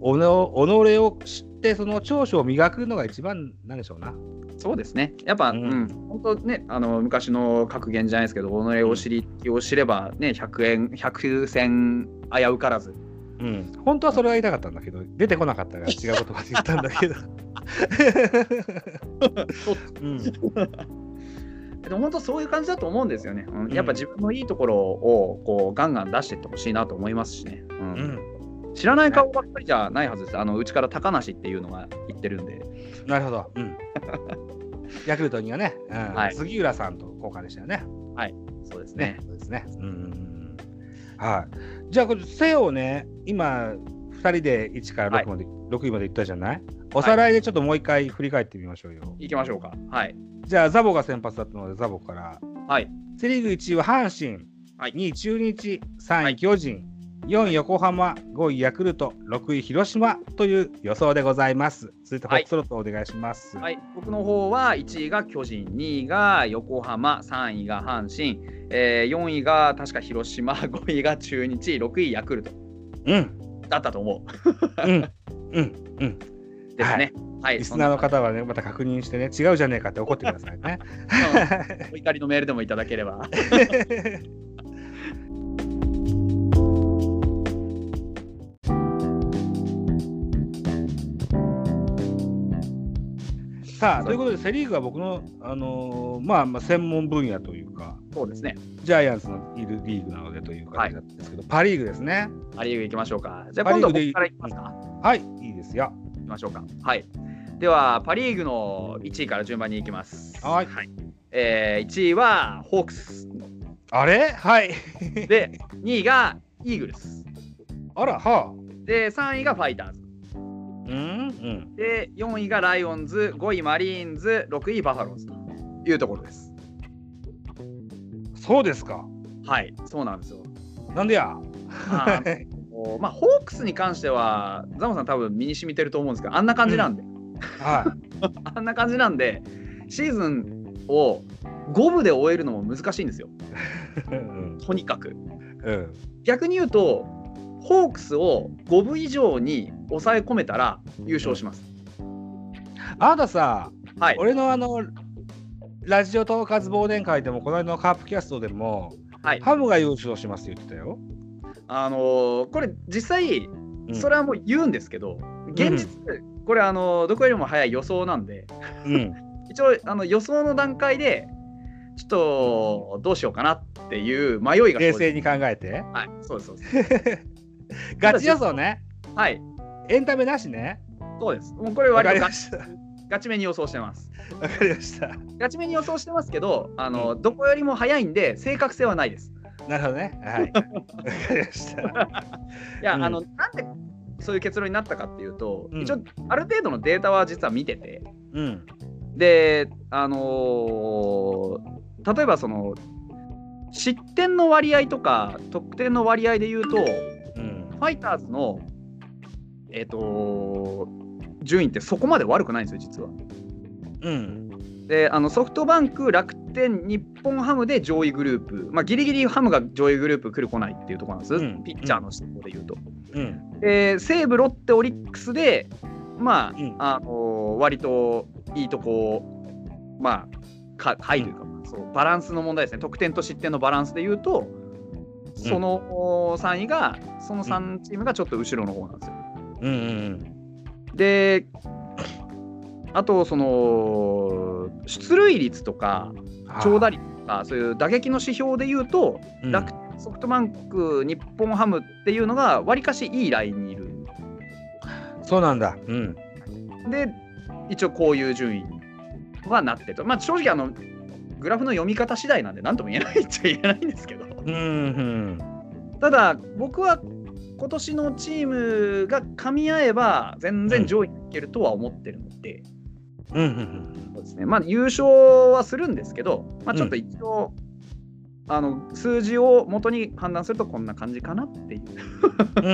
S2: おの己を知って、その長所を磨くのが一番なんでしょうな。
S1: そうですね、やっぱ、
S2: う
S1: うんん本当ね、あの昔の格言じゃないですけど、己を知り、を知れば、ね、100円、100戦危うからず、
S3: うん。
S2: 本当はそれは言いたかったんだけど、出てこなかった から違うことが言ったんだけど。
S3: うん。
S1: でも本当そういう感じだと思うんですよね。うん
S3: ん
S1: やっぱ自分のいいところをこうガンガン出していってほしいなと思いますしね。うん
S3: うん。
S1: 知らない顔ばっかりじゃないはずです。あのうちから高梨っていうのが言ってるんで。
S2: なるほど。うん。ヤクルトにはね、うん
S1: はい
S2: 杉浦さんと交換でしたよね。
S1: そうです
S2: ね
S1: ね。。
S2: そうですね。
S3: うん。
S2: はい。じゃあ、これ、せをね、今、2人で1から
S1: はい
S2: 6まで、六位までいったじゃないおさらいでちょっともう一回振り返ってみましょうよ。
S1: 行きましょうか。はい。
S2: じゃあ、ザボが先発だったので、ザボから。
S1: はい。
S2: セ・リーグ1位は阪神、
S1: はい
S2: 2位中日、3
S1: は
S2: 位
S1: い
S2: 巨人、4位横浜、5位ヤクルト、6位広島という予想でございます。続いてホ
S1: はい
S2: ックスロットお願いします。
S1: はい、僕の方は1位が巨人、2位が横浜、3位が阪神、えー、4位が確か広島、5位が 中日、6位ヤクルト
S2: うん、
S1: だったと思
S2: うん、うん、うん。
S1: うですね。はい、
S2: リスナーの方はね、また確認してね、違うじゃねえかって怒ってくださ いね。
S1: そんな感じのお怒りのメールでもいただけれ ば。
S2: さあ、ということで、セ・リーグは僕の、あのーまあ、まあ専門分野というか、
S1: そうですね。
S2: ジャイアンツのいるリーグなのでという感じなんですけど、パ・リーグですね。
S1: パ・リーグ行きましょうか。じゃあ
S2: パリ
S1: 今度は
S2: ーグでいい
S1: 僕から行きますか。
S2: はい、いいですよ。
S1: 行きましょうか。はい。ではパ・リーグの1位から順番に行きます。
S2: はい
S1: えー、1位はホークス
S2: あれはい。
S1: で、2位がイーグルス
S2: あら、はあ。
S1: で、3位がファイターズ。
S2: うん、
S1: で、4位がライオンズ、5位マリーンズ、6位バファローズというところです。
S2: うん。そうですか。
S1: はい、そうなん ですよ。
S2: なんでや。
S1: まあ、もうまあ、ホークスに関しては、ザモさん多分身に染みてると思うんですけど、あんな感じなんで、
S2: は
S1: あんな感じなんで、シーズンを五分で終えるのも難しいんですよ、
S2: い。うん。
S1: とにかく。
S2: うん。
S1: 逆に言うと、ホークスを五分以上に抑え込めたら優勝します。
S2: あなたさ、
S1: はい、
S2: 俺のあの、ラジオ統括忘年会でも、この間のカープキャストでも、
S1: はい
S2: ハムが優勝しますって言ってたよ。
S1: あのーこれ実際それはもう言うんですけど、現実、これ、あのどこよりも早い予想なんで、
S2: うん。
S1: 一応、あの予想の段階で、ちょっとどうしようかなっていう迷いが生
S2: 冷
S1: じ
S2: 静に考えて。
S1: はい、そうです、そうです。
S2: ガチ予想ね。
S1: はい、
S2: エンタメなしね。
S1: そうです。もうこれ、
S2: わ
S1: 割
S2: か
S1: と
S2: り
S1: ガ
S2: ま
S1: チ
S2: した。わ
S1: ガチめに予想してます。
S2: かりました。
S1: ガチめに予想してますけど、あのどこよりも早いんで、正確性はないです。
S2: なるほどね。はい。わかりました。
S1: いや、
S2: うん
S1: あのなんでそういう結論になったかっていうと、
S2: うん
S1: 一応、ある程度のデータは実は見てて。
S2: うん。
S1: で、あのー例えばその失点の割合とか得点の割合で言うとフ
S2: うん。
S1: ァイターズの、えっと順位ってそこまで悪くないんですよ実は。
S2: うん。
S1: であのソフトバンク楽天日本ハムで上位グループ、まあ、ギリギリハムが上位グループ来る来ないっていうところなんです、
S2: うん
S1: ピッチャーの質問で言うと。
S2: うん。
S1: で西武ロッテオリックスでま
S2: うん
S1: あ、あのー割といいとこまあか下位というか、そうバランスの問題ですね得点と失点のバランスで言うとその3位がその3チームがちょっと後ろの方なんですよ。
S2: うん。うん。
S1: であとその出塁率とか長打率とかそういう打撃の指標で言うと楽
S2: うん
S1: ソフトバンク日本ハムっていうのがわりかしいいラインにいる
S2: そうなんだ。うん。
S1: で一応こういう順位はなってとまあ正直あのグラフの読み方次第なんで何とも言えないっちゃ言えないんですけど
S2: うん。うん。
S1: ただ僕は今年のチームが噛み合えば全然上位にいけるとは思ってるので,、
S2: うんうん
S1: そうですねまあ、優勝はするんですけど、まあ、ちょっと
S2: う
S1: 一応、あの数字を元に判断するとこんな感じかなっていう、
S2: うん、う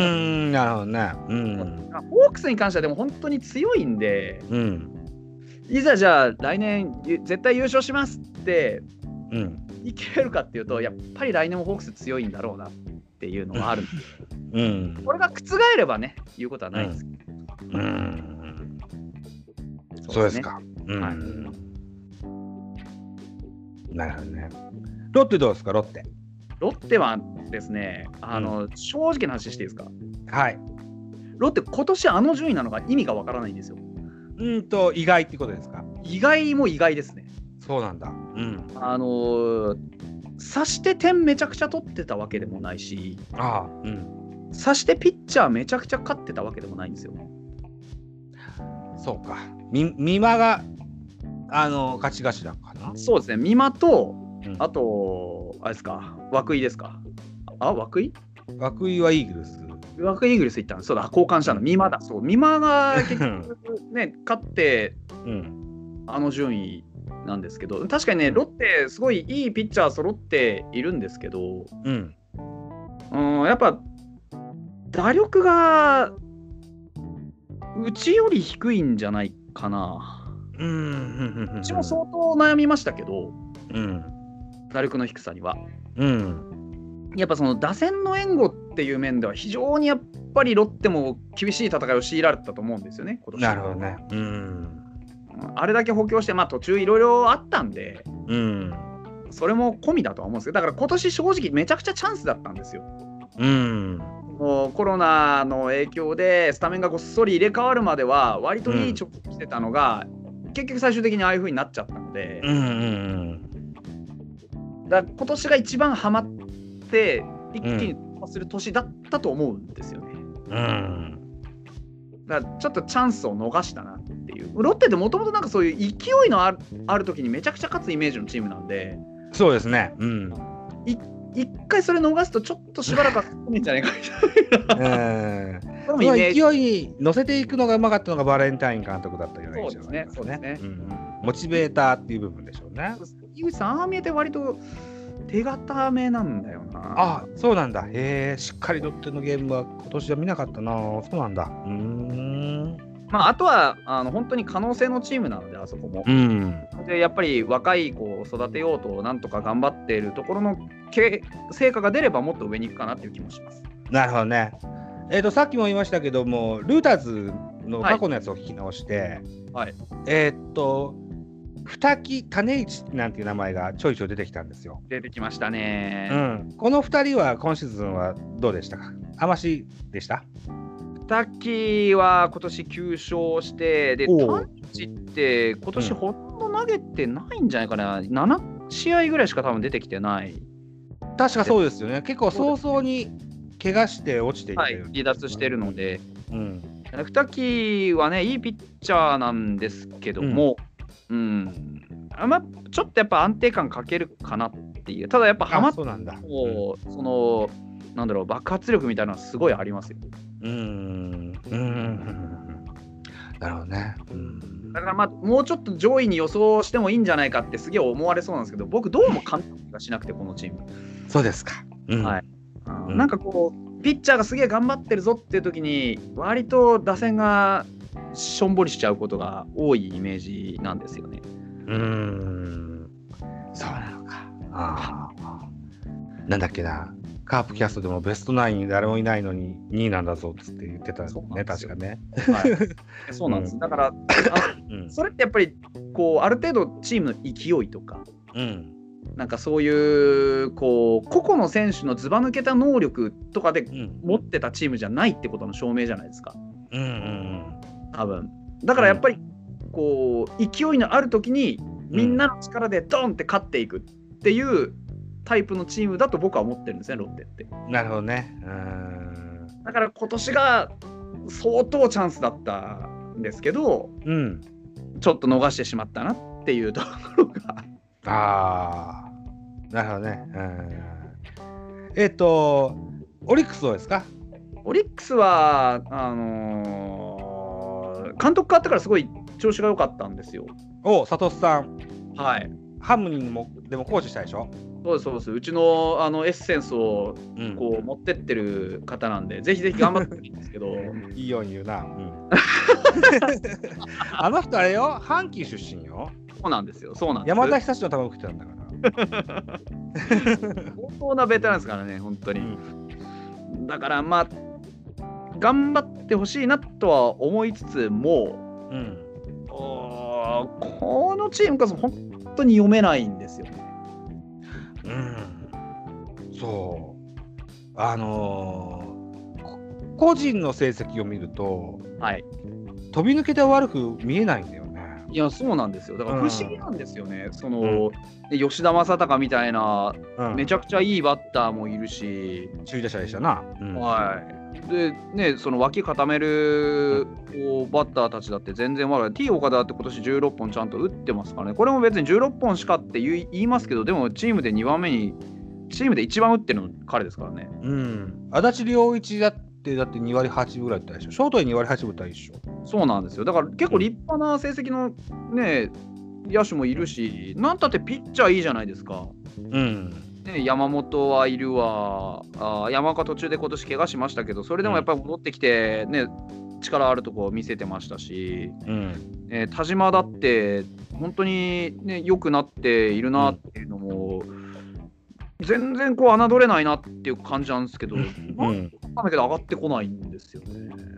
S2: んなるほどね。うん。
S1: まあホークスに関してはでも本当に強いんで
S2: うん。
S1: いざじゃあ来年ゆ絶対優勝しますって
S2: うん。
S1: いけるかっていうとやっぱり来年もホークス強いんだろうなっていうのはある
S2: うん。
S1: これが覆ればね言うことはないですけ
S2: うん。
S1: ど、
S2: そうです
S1: ね
S2: か。うん
S1: はい
S2: なるほどね。ロッテどうですか、ロッテ。
S1: ロッテはですねあの、正直な話していいですか
S2: はい。
S1: ロッテ今年あの順位なのが意味がわからないんですよ
S2: うんと、意外ってことですか。
S1: 意外も意外ですね
S2: そうなんだ。うん。
S1: あのー、刺して点めちゃくちゃ取ってたわけでもないし
S2: ああ、うん。
S1: 刺してピッチャーめちゃくちゃ勝ってたわけでもないんですよ
S2: そうか。み、みまが、あの、ガチガチだかな。
S1: そうですね美馬と
S2: うん
S1: あとあれですか涌井ですかあ涌井
S2: 涌井はイーグルス。
S1: 涌井イーグルス行ったんそうだ交換したの美馬だそう美馬 が結局ね勝って
S2: うん。
S1: あの順位なんですけど確かにねロッテすごいいいピッチャー揃っているんですけど
S2: うん。
S1: うんやっぱ打力がうちより低いんじゃないかな
S2: うん。
S1: うちも相当悩みましたけど
S2: うん。
S1: 打力の低さには
S2: うん。
S1: やっぱその打線の援護っていう面では非常にやっぱりロッテも厳しい戦いを強いられたと思うんですよね今年
S2: なるほどね。うん。
S1: うんあれだけ補強してまあ途中いろいろあったんで
S2: うん。
S1: それも込みだとは思うんですけどだから今年正直めちゃくちゃチャンスだったんですよ
S2: うん。
S1: もうコロナの影響でスタメンがごっそり入れ替わるまでは割といい直球してたのが、結局最終的にああいう風になっちゃったので、
S2: うん。うん。
S1: だから今年が一番ハマって一気に突破する年だったと思うんですよね。
S2: うん。
S1: だからちょっとチャンスを逃したなっていうロッテってもともとなんかそういう勢いのあるある時にめちゃくちゃ勝つイメージのチームなんで
S2: そうですね。うん。
S1: 一回それ逃すとちょっとしばらくは勝てないんじゃないかみたい
S2: うん。
S1: な それ
S2: そ
S1: も
S2: の
S1: イメージ
S2: 勢いに乗せていくのがうまかったのがバレンタイン監督だったような印象
S1: そうですね
S2: がありま
S1: そうですね
S2: うんうんモチベーターっていう部分でしょうね。
S1: 井口さんああ見えて割と手堅めなんだよな。
S2: あそうなんだ。へえ、しっかりロッテのゲームは今年は見なかったな。そうなんだ。うーん。
S1: まあ、あとはあの本当に可能性のチームなので、あそこも
S2: う。ん。
S1: でやっぱり若い子を育てようと、なんとか頑張っているところのけ成果が出れば、もっと上に行くかなっていう気もします。
S2: なるほどね。えっ、と、さっきも言いましたけども、ルーターズの過去のやつを聞き直して、
S1: はい
S2: えっ、と、二木種市なんていう名前がちょいちょい出てきたんですよ。
S1: 出てきました
S2: う
S1: ね。
S2: ん、この二人は今シーズンはどうでしたかあましでした
S1: 二木は今年9勝して、で、
S2: おう
S1: タンチって今年ほとんど投げてないんじゃないかな、7試合ぐらいしか多分出てきてない、
S2: 確かそうですよね。結構早々に怪我して落ちてい
S1: は
S2: て
S1: い
S2: る、、
S1: 離脱してるので。
S2: うん。
S1: 二木はね、いいピッチャーなんですけども、うん、あまあ、ちょっとやっぱ安定感欠けるかなっていう、ただやっぱハマ
S2: あ
S1: っ
S2: そうなんだ。う
S1: もうその、なんだろう、爆発力みたいなのはすごいありますよ。
S2: ん。うん。うんなるほどね。うん
S1: だから、まあ、もうちょっと上位に予想してもいいんじゃないかってすげえ思われそうなんですけど、僕、どうも簡単がしなくて、このチーム。
S2: そうですか。うん
S1: はい
S2: うん
S1: なんかこう、ピッチャーがすげえ頑張ってるぞっていう時に、割と打線がしょんぼりしちゃうことが多いイメージなんですよね。
S2: うん。そうなのか。ああ。なんだっけな。カープキャストでもベストナインに誰もいないのに2位なんだぞっつって言ってた
S1: そうなん
S2: ね、
S1: ですよ
S2: 確かね。
S1: はい、そうなんです、
S2: うん
S1: だから
S2: うん。
S1: それってやっぱりこうある程度チームの勢いとか
S2: うん。
S1: なんかそういうこう個々の選手のずば抜けた能力とかで
S2: うん。
S1: 持ってたチームじゃないってことの証明じゃないですか
S2: うん。うん。
S1: 多分だからやっぱりこう勢いのある時にみんなの力でドンって勝っていくっていうタイプのチームだと僕は思ってるんですねロッテって
S2: なるほどね。うん。
S1: だから今年が相当チャンスだったんですけど
S2: うん。
S1: ちょっと逃してしまったなっていうところが
S2: ああ、なるほどね。うん、えっ、と、オリックスどうですか
S1: オリックスはあのー監督変わってからすごい調子が良かったんですよ。
S2: おサトさん、
S1: はい、
S2: ハムにもでもコーチしたでしょ、
S1: そうですそうですうちのあのエッセンスを
S2: うん
S1: こう持ってってる方なんで、ぜひぜひ頑張ってほしいんです けど、
S2: いいように言うな。うん あの人あれよ、阪急出身よ。
S1: そうなんですよ、そうなんです
S2: 山田久志の球を打ってたんだから。
S1: 相当なベテランですからね、本当に。だから、まあ、頑張ってほしいなとは思いつつも、
S2: うん、
S1: おーこのチームこそ本当に読めないんですよね。
S2: うん、そう。あのーこ個人の成績を見ると、
S1: はい。
S2: 飛び抜けて悪く見えないんだよね。
S1: いや、そうなんですよ。だから不思議なんですよね。その
S3: う、
S1: で吉田正尚みたいな、
S3: うん
S1: めちゃくちゃいいバッターもいるし、
S2: 首位打者でしたな。うん
S1: はい。で、ね、その脇固める、こうバッターたちだって全然悪い。T 岡田って今年16本ちゃんと打ってますからね。これも別に16本しかって言い言いますけど、でもチームで2番目に、チームで一番打ってるの彼ですからね。
S2: うん、足立良一だってだって2割8分ぐらい打ったでしょショートで2割8分打ったでしょ
S1: そうなんですよ。だから結構立派な成績のね、野手もいるし、なんたってピッチャーいいじゃないですか。
S2: うん
S1: ね、山本はいるわあー山岡途中で今年怪我しましたけどそれでもやっぱり戻ってきて、ね力あるとこを見せてましたし、
S2: うん
S1: えー田島だって本当に、ね、良くなっているなっていうのも、全然こう侮れないなっていう感じなんですけど、
S2: うん
S1: なんだけど上がってこないんですよね。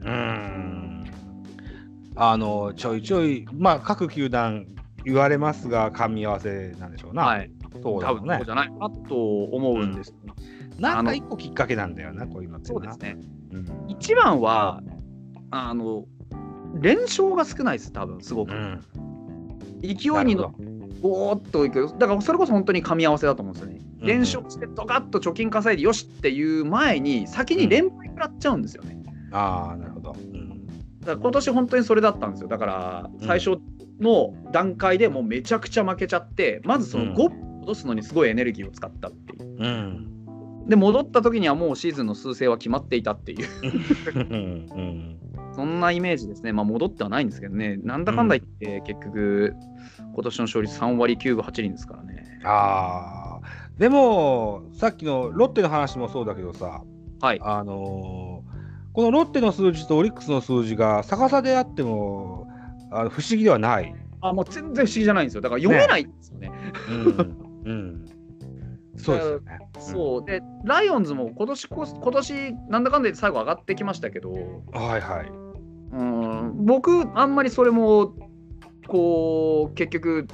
S2: うんあのちょいちょいまあ各球団言われますが噛み合わせなんでしょうな、
S1: はい、
S2: そうだ
S1: 多
S2: ろう
S1: 分
S2: ね
S1: そうじゃないかなと思うんです、
S2: なんか一個きっかけなんだよなこういうのって
S1: そうです
S2: ね、
S1: ね。
S2: うん
S1: 一番はあの連勝が少ないです多分すごく。
S2: うん、
S1: 勢いに乗っぼーっといくだからそれこそ本当に噛み合わせだと思うんですよね。
S2: うん
S1: 連勝してドカッと貯金稼いでよしっていう前に先に連敗食らっちゃうんですよね。
S2: ああなるほど、うん
S1: だから今年本当にそれだったんですよ。だから最初の段階でもうめちゃくちゃ負けちゃってまずその5落とすのにすごいエネルギーを使ったっていう。
S2: うん
S1: で戻った時にはもうシーズンの数勢は決まっていたっていう
S2: うん、
S1: そんなイメージですね。まあ戻ってはないんですけどねなんだかんだ言って結局今年の勝率3割9分8厘ですからね。
S2: ああでもさっきのロッテの話もそうだけどさ、
S1: はい。
S2: あのーこのロッテの数字とオリックスの数字が逆さであってもあの不思議ではない。
S1: あもう全然不思議じゃないんですよ。だから読めないんですよね
S2: うんそうですよね。
S1: そうでライオンズも今年こそ今年なんだかんだで最後上がってきましたけど、う
S2: うんはいはい。
S1: ん、僕あんまりそれもこう結局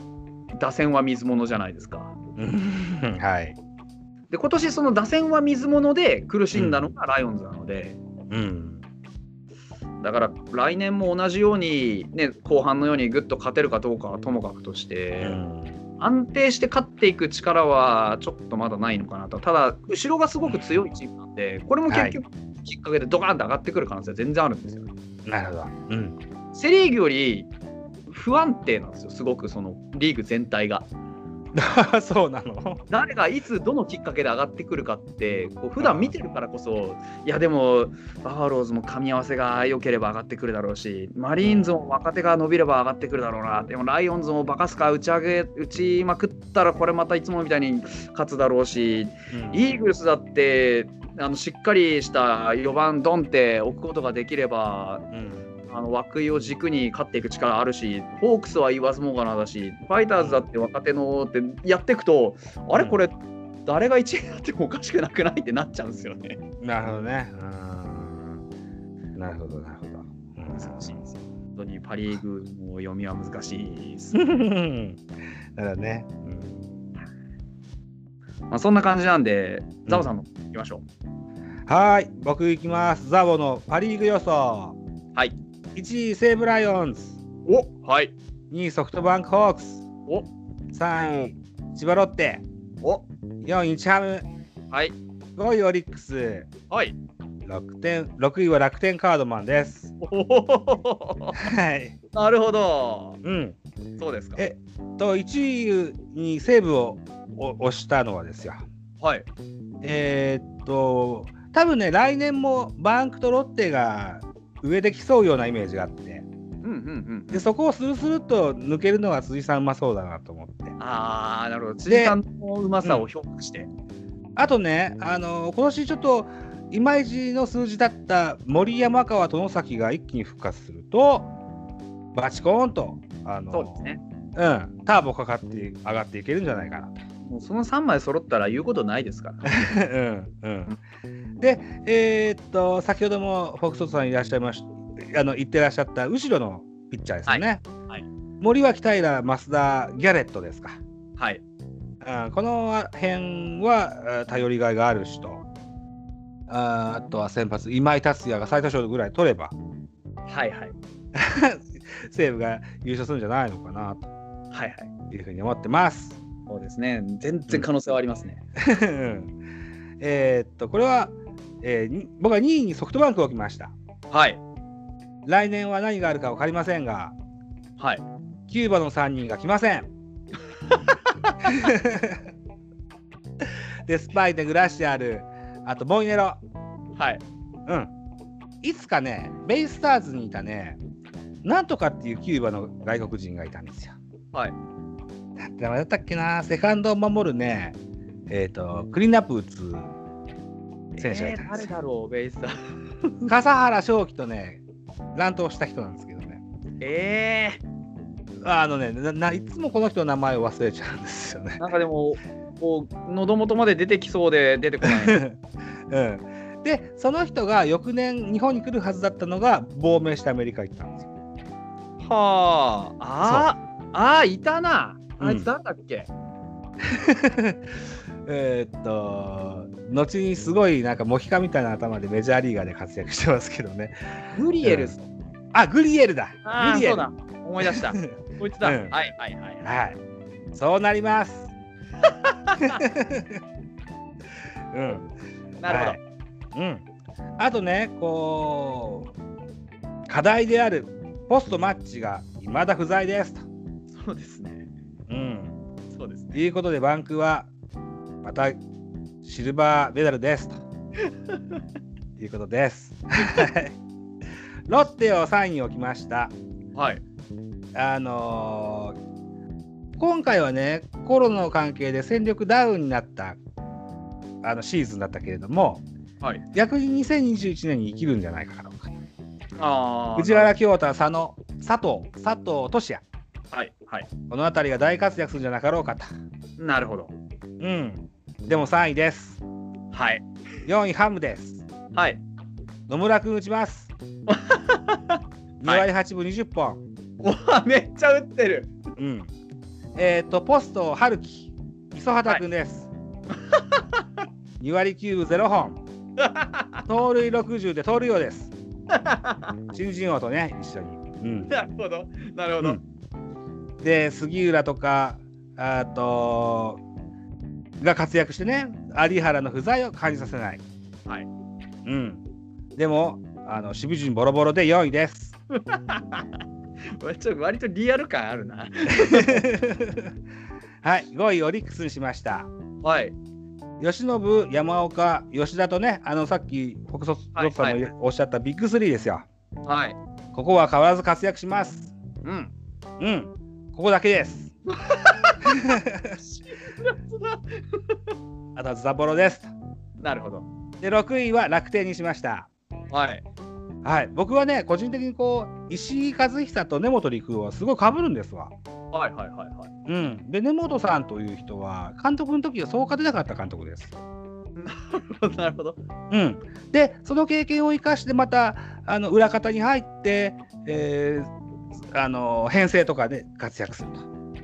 S1: 打線は水物じゃないですか。
S2: うんはい。
S1: で今年その打線は水物で苦しんだのがライオンズなので、
S2: うん
S1: だから来年も同じように、ね、後半のようにぐっと勝てるかどうかはともかくとして、安定して勝っていく力はちょっとまだないのかなと、ただ、後ろがすごく強いチームなんで、これも結局、きっかけでドカーンと上がってくる可能性は全然あるんですよね。
S2: なるほど。うん
S1: セ・リーグより不安定なんですよ、すごくそのリーグ全体が。
S2: そうなの。
S1: 誰がいつ、どのきっかけで上がってくるかって、こう普段見てるからこそ、いや、でも、バファローズも噛み合わせが良ければ上がってくるだろうし、マリーンズも若手が伸びれば上がってくるだろうな、でもライオンズもバカスカ打ち上げ、打ちまくったら、これまたいつもみたいに勝つだろうし、イーグルスだってあのしっかりした4番ドンって置くことができれば
S2: うん
S1: あの涌井を軸に勝っていく力あるしホークスは言わずもがなだしファイターズだって若手のってやっていくとあれこれ誰が1位になってもおかしくなくないってなっちゃうんですよ ね。
S2: なるほどね。うんなるほどなるほど。うん。
S1: 難しいですよ本当にパ・リーグの読みは難しいです
S2: だからね。
S1: まあそんな感じなんでザボさんのいきましょ
S2: はーい、僕行きます。ザボのパ・リーグ予想。
S1: はい。
S2: 1位、西武ライオンズ。
S1: う。おはい
S2: 2位、ソフトバンクホークス。
S1: お
S2: 3位、千葉ロッテ。
S1: お
S2: 4位、日ハム。
S1: はい
S2: 5位、オリックス。
S1: はい。
S2: 6, 点6位は楽天カードマンです。
S1: おー
S2: はい。
S1: なるほど。
S2: うん。
S1: そうですか。
S2: えと、1位に西武をお押したのはですよ。
S1: はい。
S2: えーっと、多分ね、来年もバンクとロッテが上で競うようなイメージがあって。
S1: うんうんうん。
S2: でそこをスルスルっと抜けるのが辻さんうまそうだなと思って
S1: ああ、なるほど。辻さんのうまさを評価して。
S2: あとねあの今年ちょっといまいちの数字だった森山川外崎が一気に復活するとバチコーンとあの
S1: そうですね。
S2: うん、ターボかかって上がっていけるんじゃないかなと。
S1: もうその3枚揃ったら言うことないですから。
S2: うんうん、で、えーっと先ほどもフォックストさんいらっしゃいましあの言ってらっしゃった後ろのピッチャーですよね。
S1: はいはい
S2: 森脇平増田ギャレットですか。
S1: はい。
S2: あーこの辺はあー頼りがいがある人あーあとは先発、今井達也が最多勝ぐらい取れば、
S1: はいはい
S2: 西武が優勝するんじゃないのかなと
S1: はいはい
S2: いうふうに思ってます。
S1: そうですね全然可能性はありますね、
S2: うんえーっと、これは、えーに僕は2位にソフトバンクを置きました。
S1: はい
S2: 来年は何があるか分かりませんが、
S1: はい
S2: キューバの3人が来ません。 で、スパイネ、グラシアル、あとボイネロ。
S1: はい
S2: うん。いつかね、ベイスターズにいたね、なんとかっていうキューバの外国人がいたんですよ。
S1: はい。
S2: なんて名前だったっけな、セカンドを守るね、えっ、と、クリーンアップ打つ選手がいたんです
S1: 誰
S2: よ。
S1: だろうベイスタ ー
S2: 笠原翔輝とね、乱闘した人なんですけどね。
S1: ええ
S2: あのねなないつもこの人の名前を忘れちゃうんですよね。
S1: なんかでもこう喉元まで出てきそうで出てこ ない
S2: うん、でその人が翌年日本に来るはずだったのが亡命してアメリカ行ったんですよ。
S1: はああーあーいたなあいうつ
S2: ん
S1: 誰だっけ、
S2: えーっと後にすごいなんかモヒカみたいな頭でメジャーリーガーで活躍してますけどね。
S1: グリエルさん、
S2: あグリエルだ
S1: ああ
S2: グリ
S1: そ
S2: エル
S1: うだ思い出した こいつだ、
S2: うん
S1: はいはいはいはい
S2: はいそうな ります。うん
S1: なるほど、
S2: はいうん、あとねこう課題であるポストマッチが未だ不在ですと、
S1: そうですね
S2: うん、
S1: そうですね
S2: いうことでバンクはまたシルバーメダルですと いうことです。はいロッテを3位に置きました。
S1: はい
S2: あのー今回はねコロナの関係で戦力ダウンになったあのシーズンだったけれども
S1: はい
S2: 逆に2021年に生きるんじゃないかなと。
S1: ああ
S2: 藤原京太、佐野、佐藤、佐藤俊也、
S1: はいはい
S2: この辺りが大活躍するんじゃなかろうかと。
S1: なるほど
S2: うん。でも3位です。
S1: はい
S2: 4位、ハムです。
S1: はい
S2: 野村君打ち ます。2割8分20本。
S1: うわめっちゃ打ってる
S2: うん。えっ、と、ポスト、春樹、磯畑君です。2割9分0本。盗塁60で盗塁王です。新人王とね、一緒に。うん。
S1: なるほどなるほど、
S2: うんで杉浦とかあとが活躍してね有原の不在を感じさせない、
S1: はい
S2: うん、でもあの守備陣ボロボロで4位です
S1: 割と割とリアル感あるな
S2: はい5位オリックスにしました
S1: はい
S2: 吉信山岡吉田とねあのさっき北卒
S1: はい
S2: さんもおっしゃったビッグスリーですよ、
S1: はい
S2: ここは変わらず活躍します
S1: うん
S2: うんここだけです あとはズタボロです
S1: なるほど
S2: で6位は楽天にしました。
S1: はい
S2: はい、僕はね個人的にこう石井和久と根本陸はすごい被るんですわ。
S1: はいはいはいはい
S2: うん、で根本さんという人は監督の時はそう勝てなかった監督です。
S1: なるほど。
S2: うん、でその経験を生かしてまたあの裏方に入って、えーあの編成とかで活躍する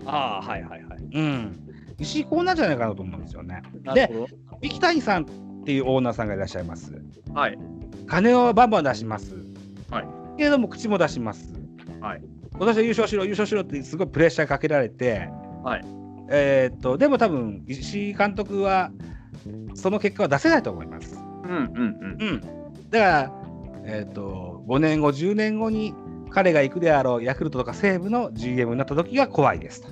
S2: と。
S1: ああ、はいはいはい。
S2: うん、石井こうなんじゃないかなと思うんですよね。
S1: なるほ
S2: 三木谷さんっていうオーナーさんがいらっしゃいます。
S1: ど。はい。
S2: 金をバンバン出します。
S1: はい。
S2: けれども口も出します。
S1: はい。
S2: 今年は優勝しろ優勝しろってすごいプレッシャーかけられて、
S1: はい。
S2: えーっとでも多分石井監督はその結果は出せないと思います。
S1: うんうん
S2: うん。だからえーっと5年後10年後に彼が行くであろうヤクルトとか西武の GM になった時が怖い ですと。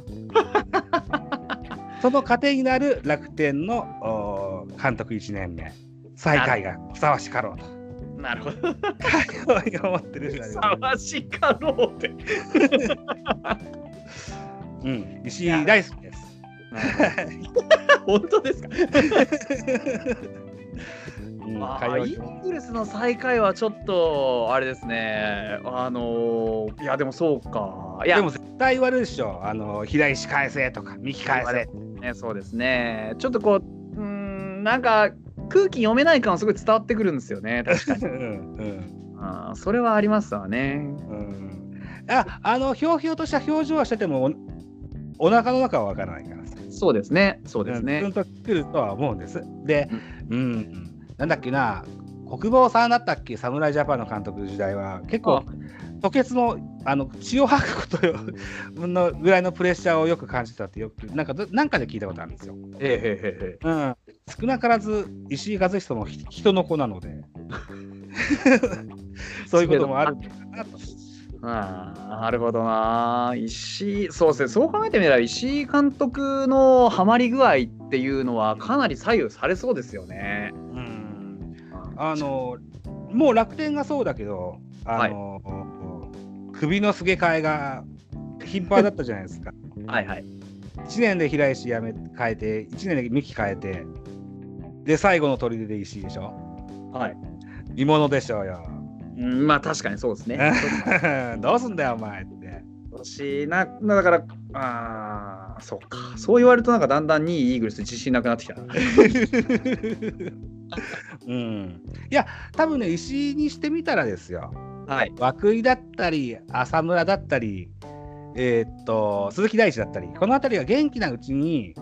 S2: その過程になる楽天のおー監督1年目最下位がふさわしかろうと。
S1: うん。なるほど。
S2: 思ってるじゃ
S1: ふさ
S2: ない
S1: わしかろう って。
S2: うん、石井大好きです。
S1: 本当ですか。
S2: うん
S1: あ
S2: 海
S1: ー
S2: 洋
S1: イ
S2: 一
S1: ングレスの最下位はちょっとあれですね。あのー、いやでもそうか。いや
S2: でも絶対言われるでしょ。あの平石返せとか三木返せ。
S1: ね、そうですね。ちょっとこう、うーん、なんか空気読めない感はすごい伝わってくるんですよ ね。確かに。
S2: うん
S1: あーそれはありますわね。
S2: うんうん。あ、あのひょうひょうとした表情はしててもおお腹の中はわからないからさ。
S1: そうですね。そうです
S2: うん
S1: ね。
S2: んとくるとは思うんです。で、うん、なんだっけな、国防さんだったっけ、侍ジャパンの監督時代は、結構、吐血のあの血を吐くことよのぐらいのプレッシャーをよく感じたってよく、なんかどなんかで聞いたことあるんですよ。
S1: えへへへ。
S2: うん、少なからず石井和久もひ人の子なのでそういうこともあるんだなと。
S1: あーなるほどな石井そうですねそう考えてみれば石井監督のハマり具合っていうのはかなり左右されそうですよね。
S2: うんあのもう楽天がそうだけどあの、首のすげ替えが頻繁だったじゃないですか。
S1: はいはい。
S2: 1年で平石やめ変えて1年で三木変えてで最後の砦で石井でしょ
S1: はい、
S2: 見ものでしょうよ。
S1: うんまあ確かにそうですね。
S2: どうすんだよお前って。
S1: 私なだからあーそうかそう言われるとなんかだんだんにいいイーグルス自信なくなってきたな。
S2: うん、いや多分ね石井にしてみたらですよ
S1: はい
S2: 涌井だったり浅村だったりえーっと鈴木大地だったりこの辺りが元気なうちに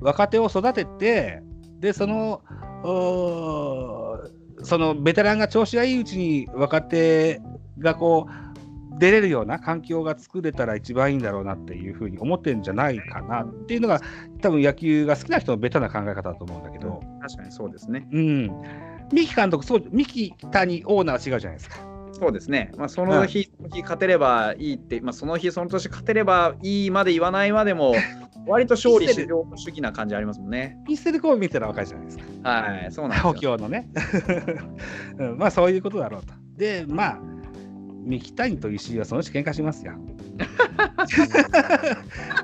S2: 若手を育ててでそのおーそのベテランが調子がいいうちに若手がこう出れるような環境が作れたら一番いいんだろうなっていうふうに思ってるんじゃないかなっていうのが多分野球が好きな人のベタな考え方だと思うんだけど。
S1: 確かにそうですね。
S2: うん、三木監督、そう三木谷オーナーは違うじゃないですか。
S1: そうですね。まあその日、その日勝てればいいって、まあ、その日その年勝てればいいまで言わないまで も割と勝利至上主義な感じありますもんね。
S2: ミステルコー見てたら分かるじゃないですか、
S1: はいそうなん
S2: 補
S1: ですよ。
S2: 強のね、うん。まあそういうことだろうと。で、まあ、三木谷と石井はそのうち喧嘩しますよ。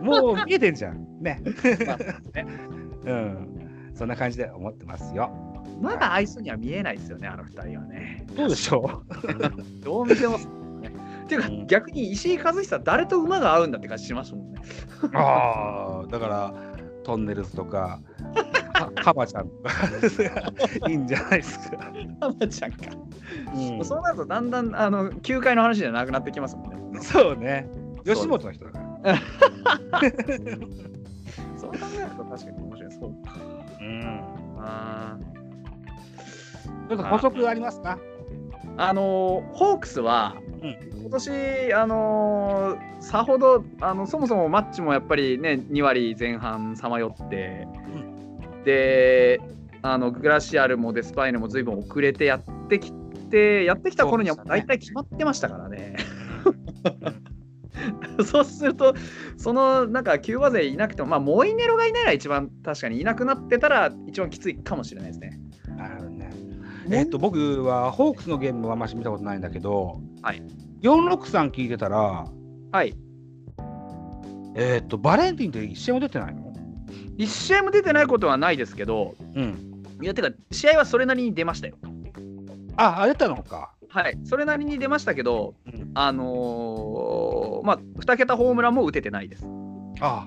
S2: もう見えてんじゃん。 ね。
S1: まあそうですね
S2: うん、そんな感じで思ってますよ。
S1: まだ愛想には見えないですよねあの二人はね。
S2: どうでしょ
S1: どう見てもそうですね。っていうか、
S2: うん
S1: 逆に石井和久誰と馬が合うんだって感じしましたもんね。
S2: うああ、だから、トンネルズとか、 かカバちゃんとか、いいんじゃないですか。
S1: 浜ちゃんか。
S2: うん
S1: そうなるとだんだんあの球界の話じゃなくなってきますもんね。
S2: そうね。
S1: そう
S2: 吉本の人だから。
S1: そう考えると確かに面白い。そう
S2: うん。
S1: あー
S2: ちょっと補足ありますか。
S1: あのーホークスは、
S2: ん
S1: 今年あのーさほどあのそもそもマッチもやっぱりね2割前半さまよって、であのグラシアルもデスパイネも随分遅れてやってきてやってきた頃には
S2: そうでし
S1: 大
S2: たね
S1: 体決まってましたから ね。そうすると、そのなんかキューバ勢いなくても、まあ、モイネロがいないら一番確かにいなくなってたら一番きついかもしれないですね。
S2: あのね。えっと僕はホークスのゲームはあんまし見たことないんだけど、
S1: はい、
S2: 463聞いてたら、
S1: はい、
S2: えっとバレンティンって一試合も出てないの？
S1: 1試合も出てないことはないですけど、
S2: うん。
S1: いや、てか、試合はそれなりに出ましたよ。
S2: あ、あれたのか。
S1: はい、それなりに出ましたけど、
S2: うん
S1: あのーまあ、2桁ホームランも打ててないです。
S2: あ。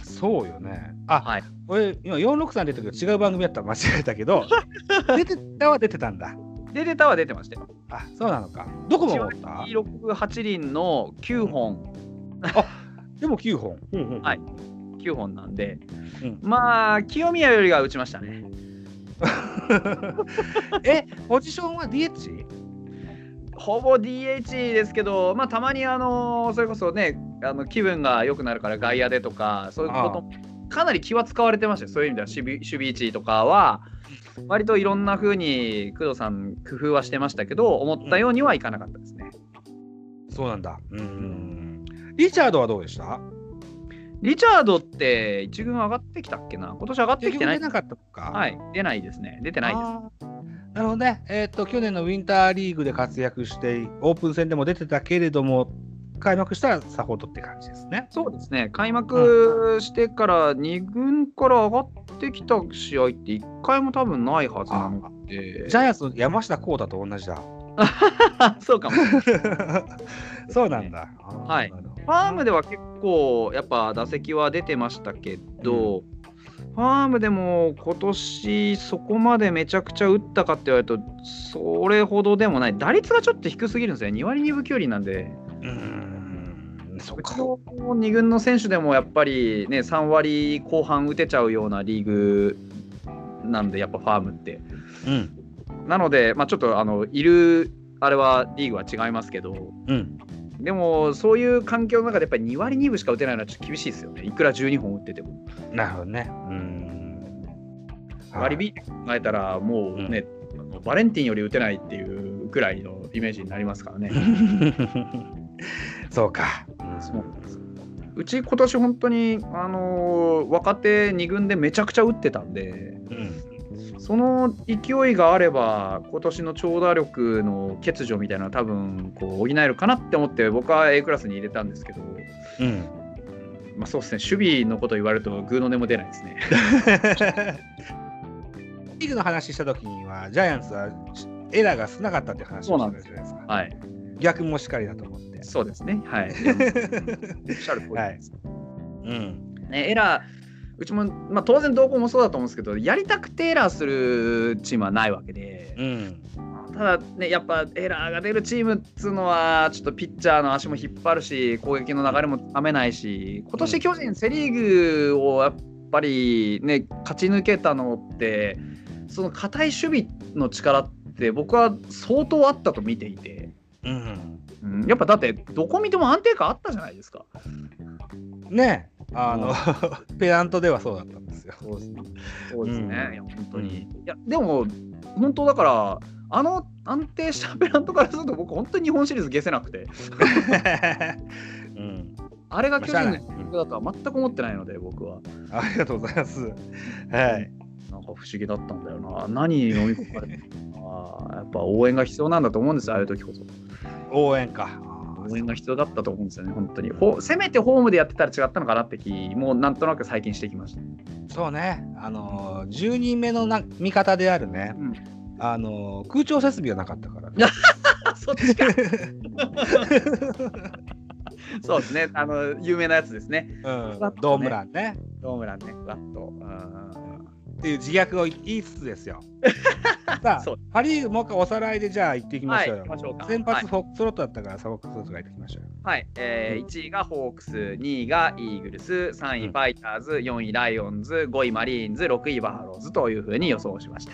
S2: そうよね。あ、
S1: はい、
S2: 俺今463出てるけど違う番組だったら間違えた けど、出てたは出てたんだ。
S1: で、出たは出てましたよ。
S2: あ、そうなのか。どこも思った？
S1: 8輪の9本、
S2: でも9本。
S3: うんうん
S1: はい9本なんで、
S2: うん
S1: まあ、清宮よりは打ちましたね。
S2: え、ポジションは DH?
S1: ほぼ DH ですけど、まあ、たまにあのーそれこそねあの気分が良くなるから外野でとかそういうこともかなり気は使われてましたよそういう意味では守備守備位置とかは割といろんな風に工藤さん工夫はしてましたけど思ったようにはいかなかったですね。
S2: そうなんだ。うん。リチャードはどうでした
S1: リチャードって1軍上がってきたっけな今年上がって
S2: 結
S1: き
S2: 局
S1: てな
S2: 出
S1: い
S2: なかったのか。。
S1: はいい、出ないですね。出てないです。
S2: なるほどね。えっ、と、去年のウィンターリーグで活躍して、オープン戦でも出てたけれども、開幕したらさほどって感じですね。
S1: そうですね。開幕してから2軍から上がってきた試合って1回も多分ないはずなので。
S2: ジャイアンツの山下幸太と同 じだ。
S1: あ そうかも。フ
S2: そうなんだ。
S1: はい
S2: あー。なるほど
S1: ァームでは結構やっぱ打席は出てましたけど、ファームでも今年そこまでめちゃくちゃ打ったかって言われるとそれほどでもない打率がちょっと低すぎるんですね2割2分9厘なんで
S2: うーん。そっ
S1: うち
S2: か。
S1: の2軍の選手でもやっぱりね3割後半打てちゃうようなリーグなんでやっぱファームって
S3: うん。
S1: なので、まあ、ちょっとあのいるあれはリーグは違いますけど
S3: うん。
S1: でもそういう環境の中でやっぱり2割2分しか打てないのはちょっと厳しいですよねいくら12本打ってても
S3: なるほどね。うん。
S1: 割引って考えたらもうね、あのバレンティンより打てないっていうくらいのイメージになりますからね。
S3: そうか。
S1: そううち今年本当に、あのー若手2軍でめちゃくちゃ打ってたんで
S3: うん。
S1: その勢いがあれば今年の長打力の欠如みたいなのは多分こう補えるかなって思って僕は A クラスに入れたんですけど、
S3: うん。
S1: まあ、そうですね守備のこと言われるとグーの音も出ないですね。
S2: リーグの話した時には、ジャイアンツはエラーが少なかったって話をしてたじゃないですか。
S1: はい、
S2: 逆もしかりだと思って。
S1: そうですね、はい、いやもうおっしゃる通りです。
S3: うん。
S1: ね、エラー、うちも、まあ、当然、どこもそうだと思うんですけど、やりたくてエラーするチームはないわけで、
S3: うん。
S1: ただね、やっぱエラーが出るチームっつうのは、ちょっとピッチャーの足も引っ張るし、攻撃の流れもつかめないし、今年巨人、セ・リーグをやっぱりね、勝ち抜けたのって、その硬い守備の力って、僕は相当あったと見ていて。
S3: うん。
S1: うんやっぱだってどこ見ても安定感あったじゃないですか。
S2: ねえあの、 ペナントではそうだったんですよ。
S1: そうですね。そうですね。いや本当に。
S3: う
S1: いやでも本当だからあの安定したペナントからすると僕本当に日本シリーズ消せなくて、
S3: うん。
S1: あれが巨人の
S2: まあし
S1: 役だとは全く思ってないので僕は
S2: ありがとうございます。はい。
S1: なんか不思議だったんだよな。何飲み込まれてるのかなやっぱ応援が必要なんだと思うんですよああいう時こそ。
S2: 応援か。
S1: 応援が必要だったと思うんですよね本当に。ほせめてホームでやってたら違ったのかなって気もうなんとなく最近してきました。
S2: そうね、あのー、10人目のな味方であるね、
S1: うん
S2: あのー空調設備がなかったからね。
S1: あそっち か。そうですねあの有名なやつですね。
S2: うん、ドームランね。
S1: ホームランねふわっと。うん
S2: っていう自虐を言いつつですよ。さあ
S1: そう、
S2: パ・リーグ、もう一回おさらいでじゃあ行っていきましょうよ。
S1: はい行きましょうか
S2: 先
S1: はい
S2: 発、フォックスロットだったから、サボックスロットが行ってきましょうよ。
S1: はい、えー、1位がホークス、2位がイーグルス、3位ファイターズ、4位ライオンズ、5位マリーンズ、6位バファローズというふうに予想しました。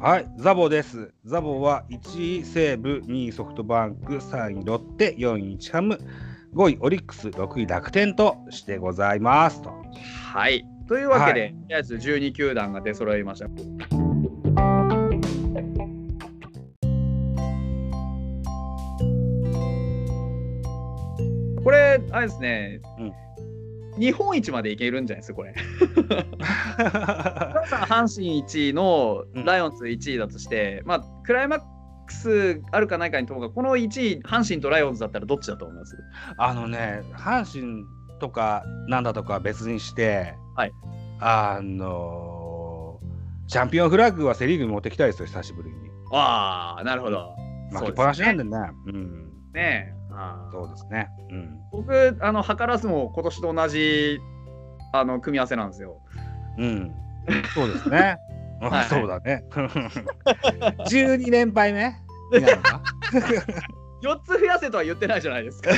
S2: はい、ザボです。ザボは1位西武、2位ソフトバンク、3位ロッテ、4位日ハム、5位オリックス、6位楽天としてございま すと。
S1: はい、というわけで、とりあえず12球団が出揃いました。これ、あれですね、
S2: うん
S1: 日本一までいけるんじゃないですか、これ。さん阪神1位の
S2: うん
S1: ライオンズ1位だとして、まあクライマックスあるかないかにともかくこの1位阪神とライオンズだったらどっちだと思います
S2: あのね、阪神とかなんだとかは別にして、
S1: はい
S2: あのーチャンピオンフラッグはセ・リーグに持ってきたいですよ、久しぶりに。
S1: ああなるほど
S2: 負けっぱなしなん
S1: で
S2: でね。うん、
S1: すねあー
S2: そうですね。うん。
S1: 僕あの図らずも今年と同じあの組み合わせなんですよ
S2: うん。そうですね。うん
S1: はい
S2: そうだね。12連敗目になるのか
S1: 4つ増やせとは言ってないじゃないです か、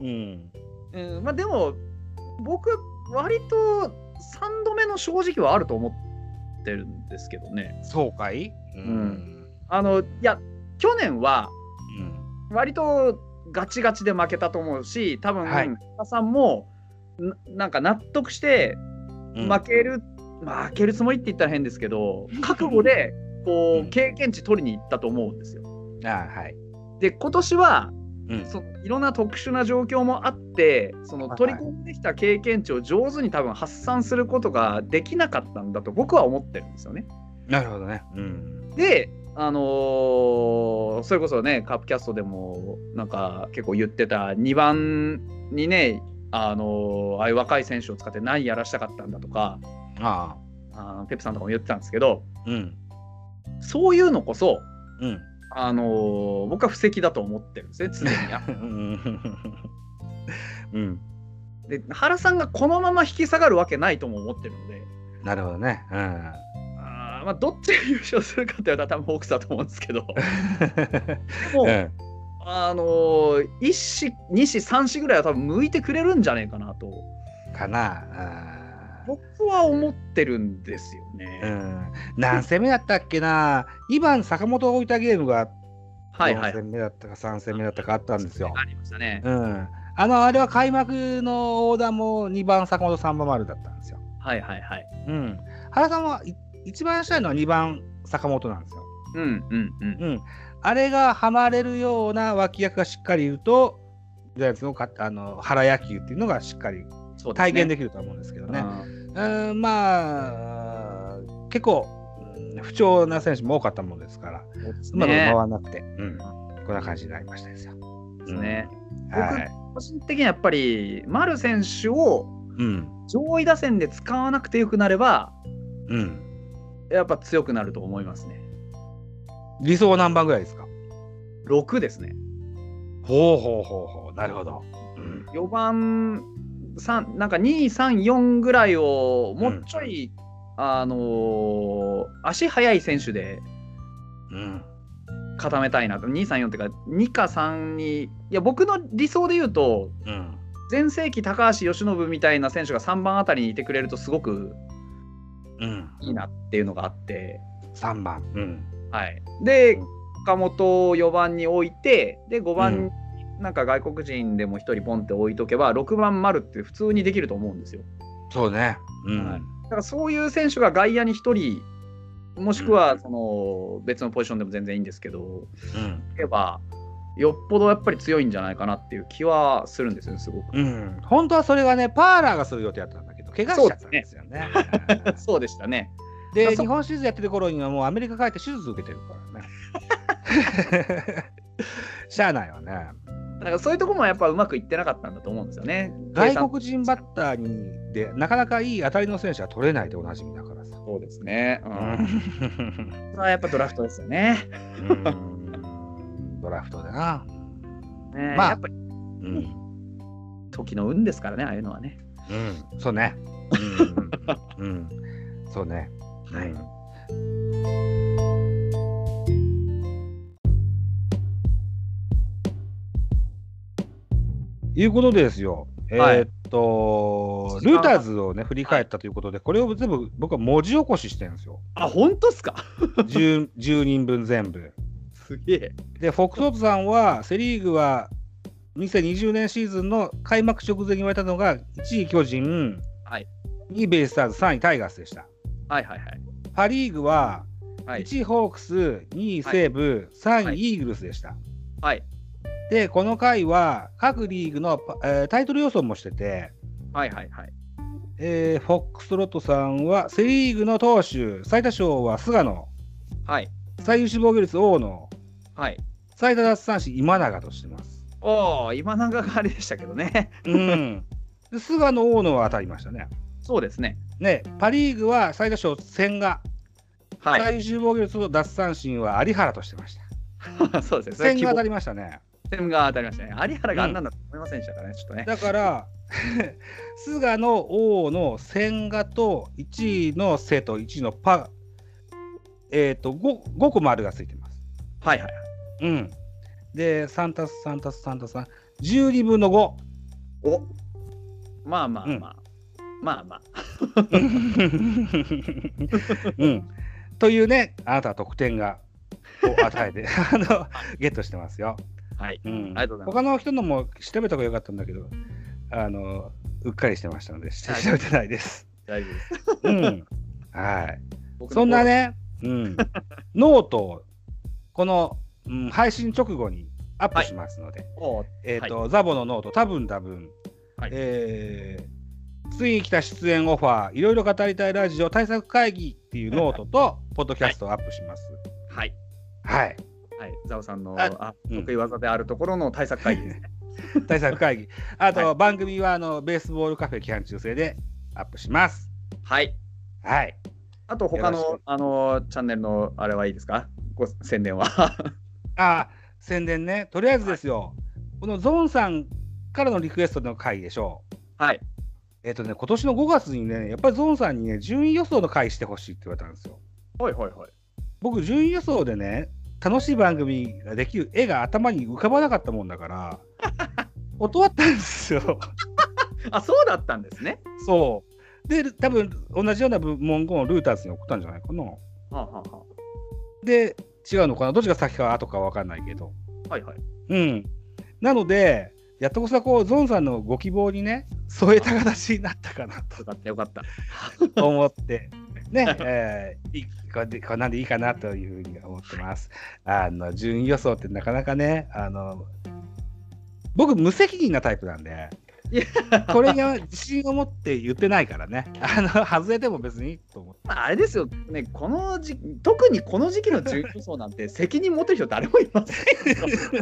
S3: うん。
S1: うん、まあでも僕割と3度目の正直はあると思ってるんですけどね
S2: そうかい、うん
S1: あのいや去年は
S2: うん
S1: 割とガチガチで負けたと思うし多分、
S2: はい
S1: 田さんもななんか納得して
S3: うん
S1: 負ける、負けるつもりって言ったら変ですけど覚悟でこ
S3: うん
S1: う経験値取りに行ったと思うんですよ。
S2: あはい。
S1: で今年は
S3: うん
S1: そいろんな特殊な状況もあってその
S2: はい
S1: 取り込んできた経験値を上手に多分発散することができなかったんだと僕は思ってるんですよね。
S2: なるほどね。
S3: うん。
S1: で、あのーそれこそねカップキャストでもなんか結構言ってた2番にね、あのーああいう若い選手を使って何やらしたかったんだとか
S2: あ
S1: あーペップさんとかも言ってたんですけど
S2: あ。うん。
S1: そういうのこそ、
S3: うん。
S1: あのー僕は布石だと思ってるんですね常に。あ
S3: うん。
S1: で原さんがこのまま引き下がるわけないとも思ってるので。
S2: なるほどね。うん。
S1: あーまあ、どっちが優勝するかって言われたら多分ホークスだと思うんですけどでも、
S2: うん
S1: あのー、1子2子3子ぐらいは多分向いてくれるんじゃねえかなと
S2: かな。あ
S1: 僕は思ってるんですよね。
S2: うん、何戦目だったっけな2番坂本を置いたゲームが
S1: はいは
S2: 4
S1: い。
S2: 戦目だったか3戦目だったかあったんですよ。
S1: ありましたね。
S2: うん、あのあれは開幕のオーダーも2番坂本3番丸だったんですよ。
S1: はいはいはい。
S3: うん
S2: 原さんはい一番下のは2番坂本なんですよ。
S1: うんうんうん。
S2: うん、あれがはまれるような脇役がしっかりいるとジャイアンツのかあの原野球っていうのがしっかり
S1: そうですね
S2: 体現できるとは思うんですけどね。
S1: うん
S2: うんまあ結構うん不調な選手も多かったものですから
S1: そうです
S2: うまく回
S1: ね。
S2: らなくて、
S3: うん
S2: こんな感じになりましたですよ。
S1: ですね僕
S2: はい、
S1: 個人的にはやっぱり丸選手を
S3: うん
S1: 上位打線で使わなくてよくなれば
S3: うん
S1: やっぱ強くなると思いますね。
S2: 理想は何番ぐらいですか
S1: 6ですね。
S2: ほうほうほうほうなるほど。うん
S1: 4番三なんか234ぐらいをもうちょい、あのー足速い選手で
S3: うん
S1: 固めたいなと234っていうか2か3にいや僕の理想で言うと
S3: うん
S1: 全盛期高橋由伸みたいな選手が3番あたりにいてくれるとすごく
S3: うん
S1: いいなっていうのがあって、
S2: 3番。
S3: うん
S1: はい、で
S3: うん
S1: 岡本を4番に置いてで5番、なんか外国人でも1人ポンって置いとけば6番丸って普通にできると思うんですよ。
S2: そうね。
S3: うん
S1: はいだからそういう選手が外野に1人もしくはその別のポジションでも全然いいんですけど
S3: うん
S1: いけばよっぽどやっぱり強いんじゃないかなっていう気はするんですよねすごく。
S3: うん
S2: 本当はそれがねパーラーがする予定だったんだけど怪我しちゃったんですよね。
S1: そうでしたね。
S2: で
S1: そう
S2: 日本シリーズやってる頃にはもうアメリカ帰って手術受けてるからね。しゃあないよね。
S1: だからそういうところもやっぱうまくいってなかったんだと思うんですよね。
S2: 外国人バッターにでなかなかいい当たりの選手は取れないでおなじみだからさ。
S1: そうですね。う。
S3: うんん
S1: それはやっぱドラフトですよね。
S3: うん
S2: ドラフトでな。
S1: ね
S2: まあ
S1: やっぱり
S3: うん
S1: 時の運ですからね、ああいうのはね。
S3: うん
S2: そうね。
S3: うんうん
S2: そうね。
S1: はい
S2: いうことでですよ。
S1: はい
S2: えーっと、ルーターズをね、振り返ったということで、これを全部僕は文字起こししてるんですよ。
S1: あ、本当っすか
S2: 10, 10人分全部。
S1: すげえ。
S2: で、フォックストップさんは、セ・リーグは2020年シーズンの開幕直前に言われたのが、1位巨人、
S1: はい
S2: 2位ベイスターズ、3位タイガースでした。
S1: はいはいはい。
S2: パ・リーグは、
S1: はい
S2: 1位ホークス、2位西武、3
S1: は
S2: 位
S1: い
S2: イーグルスでした。
S1: はい
S2: で、この回は各リーグのパ、えータイトル予想もしてて、
S1: はいはいはい。
S2: えーフォックストロットさんはセ・リーグの投手、最多勝は菅野、
S1: はい。
S2: 最優秀防御率大野、
S1: はい。
S2: 最多奪三振今永としてます。
S1: おお、今永があれでしたけどね。
S2: うん、で菅野、大野は当たりましたね。
S1: そうですね。
S2: ね、パ・リーグは最多勝千賀、
S1: はい。
S2: 最優秀防御率と奪三振は有原としてまし た。
S1: そうですね。
S2: 千賀当た
S1: り
S2: りましたね。
S1: 千が当たりましたね。有原があんなんだと思いませんでしたからね、ちょっとね。
S2: だから 菅野、王の千賀と1位の瀬と1位のパ、えー、と 5, 5個丸がついてます。
S1: はいはい。
S2: うん、で、3たす3たす3たす3、12分の
S1: おまあまあまあ。まあまあ。
S2: 5。うん、というね、あなたは得点がを与 えてあのゲットしてますよ。
S1: はい。
S2: うん、
S1: ありがとうございます
S2: 他の人のも調べた方がよかったんだけど、あのうっかりしてましたので、調
S1: はい
S2: べてな いです。
S1: 大丈夫です。
S2: うん、はい
S1: 僕の
S2: そんな。ね、うん、ノートをこの、うん、配信直後にアップしますので、
S1: おー
S2: えーとザボのノート、多分多分、
S1: はい
S2: えーついに来た出演オファー、いろいろ語りたいラジオ対策会議っていうノートと、ポッドキャストをアップします。
S1: はい。
S2: はい、
S1: はい。ザオさんの
S2: あ
S1: あ
S2: うん
S1: 得意技であるところの対策会議ですね。
S2: 対策会議。あと、
S1: は
S2: 番組はあのベースボールカフェ期間中制でアップします。
S1: はい。
S2: はい。
S1: あと他
S2: よろ
S1: の
S2: しく
S1: あのチャンネルのあれはいいですかご宣伝は。
S2: あ、宣伝ね、とりあえずですよ、このゾーンさんからのリクエストの回でしょう。
S1: はい。
S2: えっ、とね、今年の5月にね、やっぱりゾーンさんにね、順位予想の回してほしいって言われたんですよ。
S1: はいはいはい。
S2: 僕、順位予想でね、楽しい番組ができる絵が頭に浮かばなかったもんだから、断ったんですよ。
S1: あ、そうだったんですね。
S2: そう。で、多分同じような文言をルーターズに送ったんじゃないかな。
S1: はあはあは
S2: で、違うのかな、どっちが先か後か分かんないけど。
S1: あはいはい。
S2: うん。なので、やっとこさこう、ゾンさんのご希望にね、添えた形になったかな
S1: よかったよかった。
S2: と思って、 ね、えーいいこれでこんなんでいいかなというふうに思ってます。あの、順位予想ってなかなかね、あの、僕、無責任なタイプなんで
S1: いや、
S2: これが自信を持って言ってないからね、あの、外れても別にいいと思って。
S1: まああれですよねこの時特にこの時期の準予想なんて責任持ってる人誰もいません。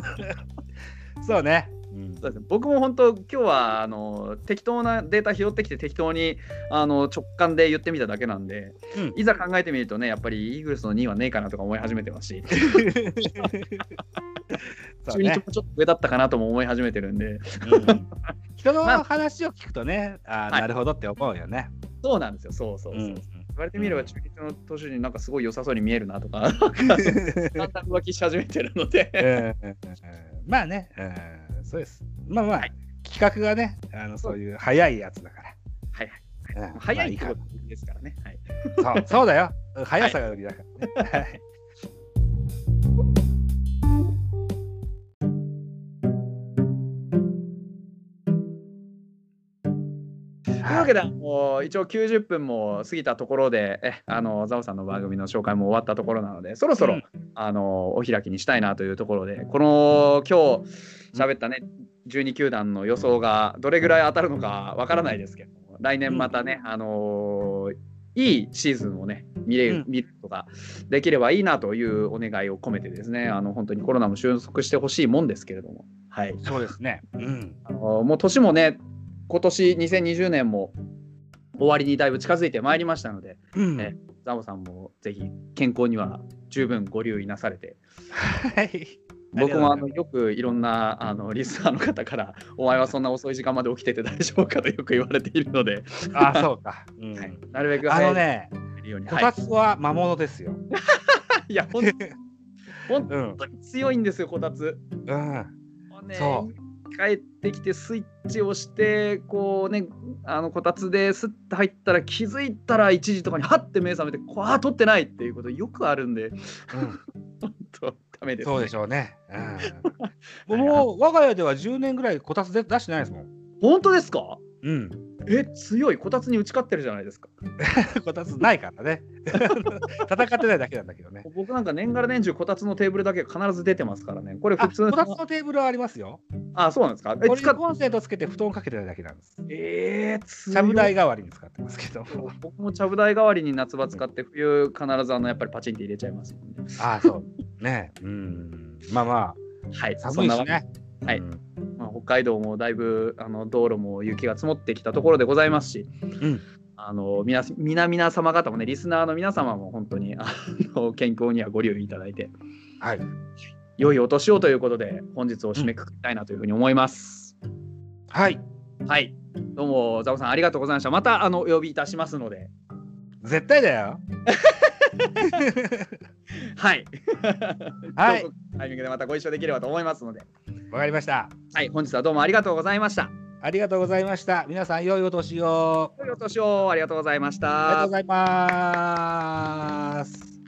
S2: そうね。
S3: うん
S1: そうですね僕も本当今日はあの適当なデータ拾ってきて適当にあの直感で言ってみただけなんで、
S2: うん
S1: いざ考えてみるとねやっぱりイーグルスの2位はねえかなとか思い始めてますし、
S2: そう
S1: 中日も
S2: ね。
S1: ちょっと上だったかなとも思い始めてるんで
S2: 人の
S1: まあ
S2: 話を聞くとね、あー
S1: はい
S2: なるほどって思うよね。
S1: そうなんですよそうそうそう。
S2: うん
S1: 言われてみれば中日の投手になんかすごい良さそうに見えるなとかだんだん浮気し始めてるの で
S2: うんまあね、うんそうです。まあまあ、
S1: はい
S2: 企画がね、あのそういう早いやつだから。
S1: はい
S2: うんまあ
S1: 早い
S2: い
S1: って
S2: か
S1: ことですからね。はい
S2: そうそうだよ。速さが売りだからね、はい
S1: というわけで、もう一応90分も過ぎたところで、えあのザオさんの番組の紹介も終わったところなので、そろそろ、
S2: うん
S1: あのお開きにしたいなというところで、この今日喋ったね、12球団の予想がどれぐらい当たるのかわからないですけど、来年またね、あのいいシーズンをね見れる、
S2: うん
S1: 見ることができればいいなというお願いを込めてですねあの本当にコロナも収束してほしいもんですけれども、はい、
S2: そうですね。うん。
S1: あのもう年もね、今年2020年も終わりにだいぶ近づいてまいりましたので、
S2: うん
S1: えザボさんもぜひ健康には十分ご留意なされて、
S2: はい。
S1: 僕もあ
S2: ありがとうござい
S1: の
S2: ま
S1: よくいろんなあのリスナーの方から、お前はそんな遅い時間まで起きてて大丈夫かとよく言われているので、
S2: あー、そうか。
S3: うん
S1: はいなるべく
S2: あ
S1: 早い
S2: の
S1: 時
S2: ね、
S1: 間に寝るように。
S2: こ
S1: は
S2: たつは魔物ですよ。
S1: い、いや、本
S2: うん。
S1: 当に強いんですよ、こたつ。
S2: うん。
S1: もうね
S2: そ
S1: 帰ってきてスイッチを押してこうねあのこたつですって入ったら気づいたら1時とかにハッて目覚めてこわあ取ってないっていうことよくあるんで
S2: うん
S1: ほんとダメです、
S2: そうでし
S1: ょ
S2: ょうね。うん、 もう我が家では10年ぐらいこたつで出してないですもん。
S1: 本当ですか
S2: うん、
S1: え強いこたつに打ち勝ってるじゃないですか
S2: こたつないからね。 戦ってないだけなんだけど ね。
S1: 僕なんか年がら年中こたつのテーブルだけ必ず出てますからねこれ
S2: あ
S1: 普
S2: こ
S1: 通
S2: たつのテーブルはありますよ。
S1: あそうなんですかえ
S2: これ
S1: 使
S2: に
S1: っ
S2: コンセントつけて布団かけてるだけなんです。
S1: えー、強い
S2: ちゃぶ台代わりに使ってますけど。
S1: 僕もちゃぶ台代わりに夏場使って冬必ずあのやっぱりパチンって入れちゃいますもんね
S2: ああ、そう。ね
S3: うん
S2: まあま
S1: はい
S2: あ、
S1: そ
S2: 寒
S1: ん
S2: い
S1: な
S2: しね。
S1: はいまあ、北海道もだいぶあの道路も雪が積もってきたところでございますし、
S2: ん
S1: あの皆皆皆様方もねリスナーの皆様も本当にあの健康にはご留意いただいて
S2: はい。
S1: 良いお年をということで本日を締めくくりたいなというふうに思います。
S2: はい。
S1: はいどうもザボさんありがとうございました。またあのお呼びいたしますので、
S2: 絶対だよ。
S1: はい、
S2: はい
S1: どう。ぞタイミングでまたご一緒できればと思いますので、
S2: わかりました。
S1: はい本日はどうもありがとうございました。
S2: ありがとうございました。皆さん、良いお年を。
S1: 良いお年をありがとうございまし
S2: あ
S1: た
S2: りがとうご。ざいます。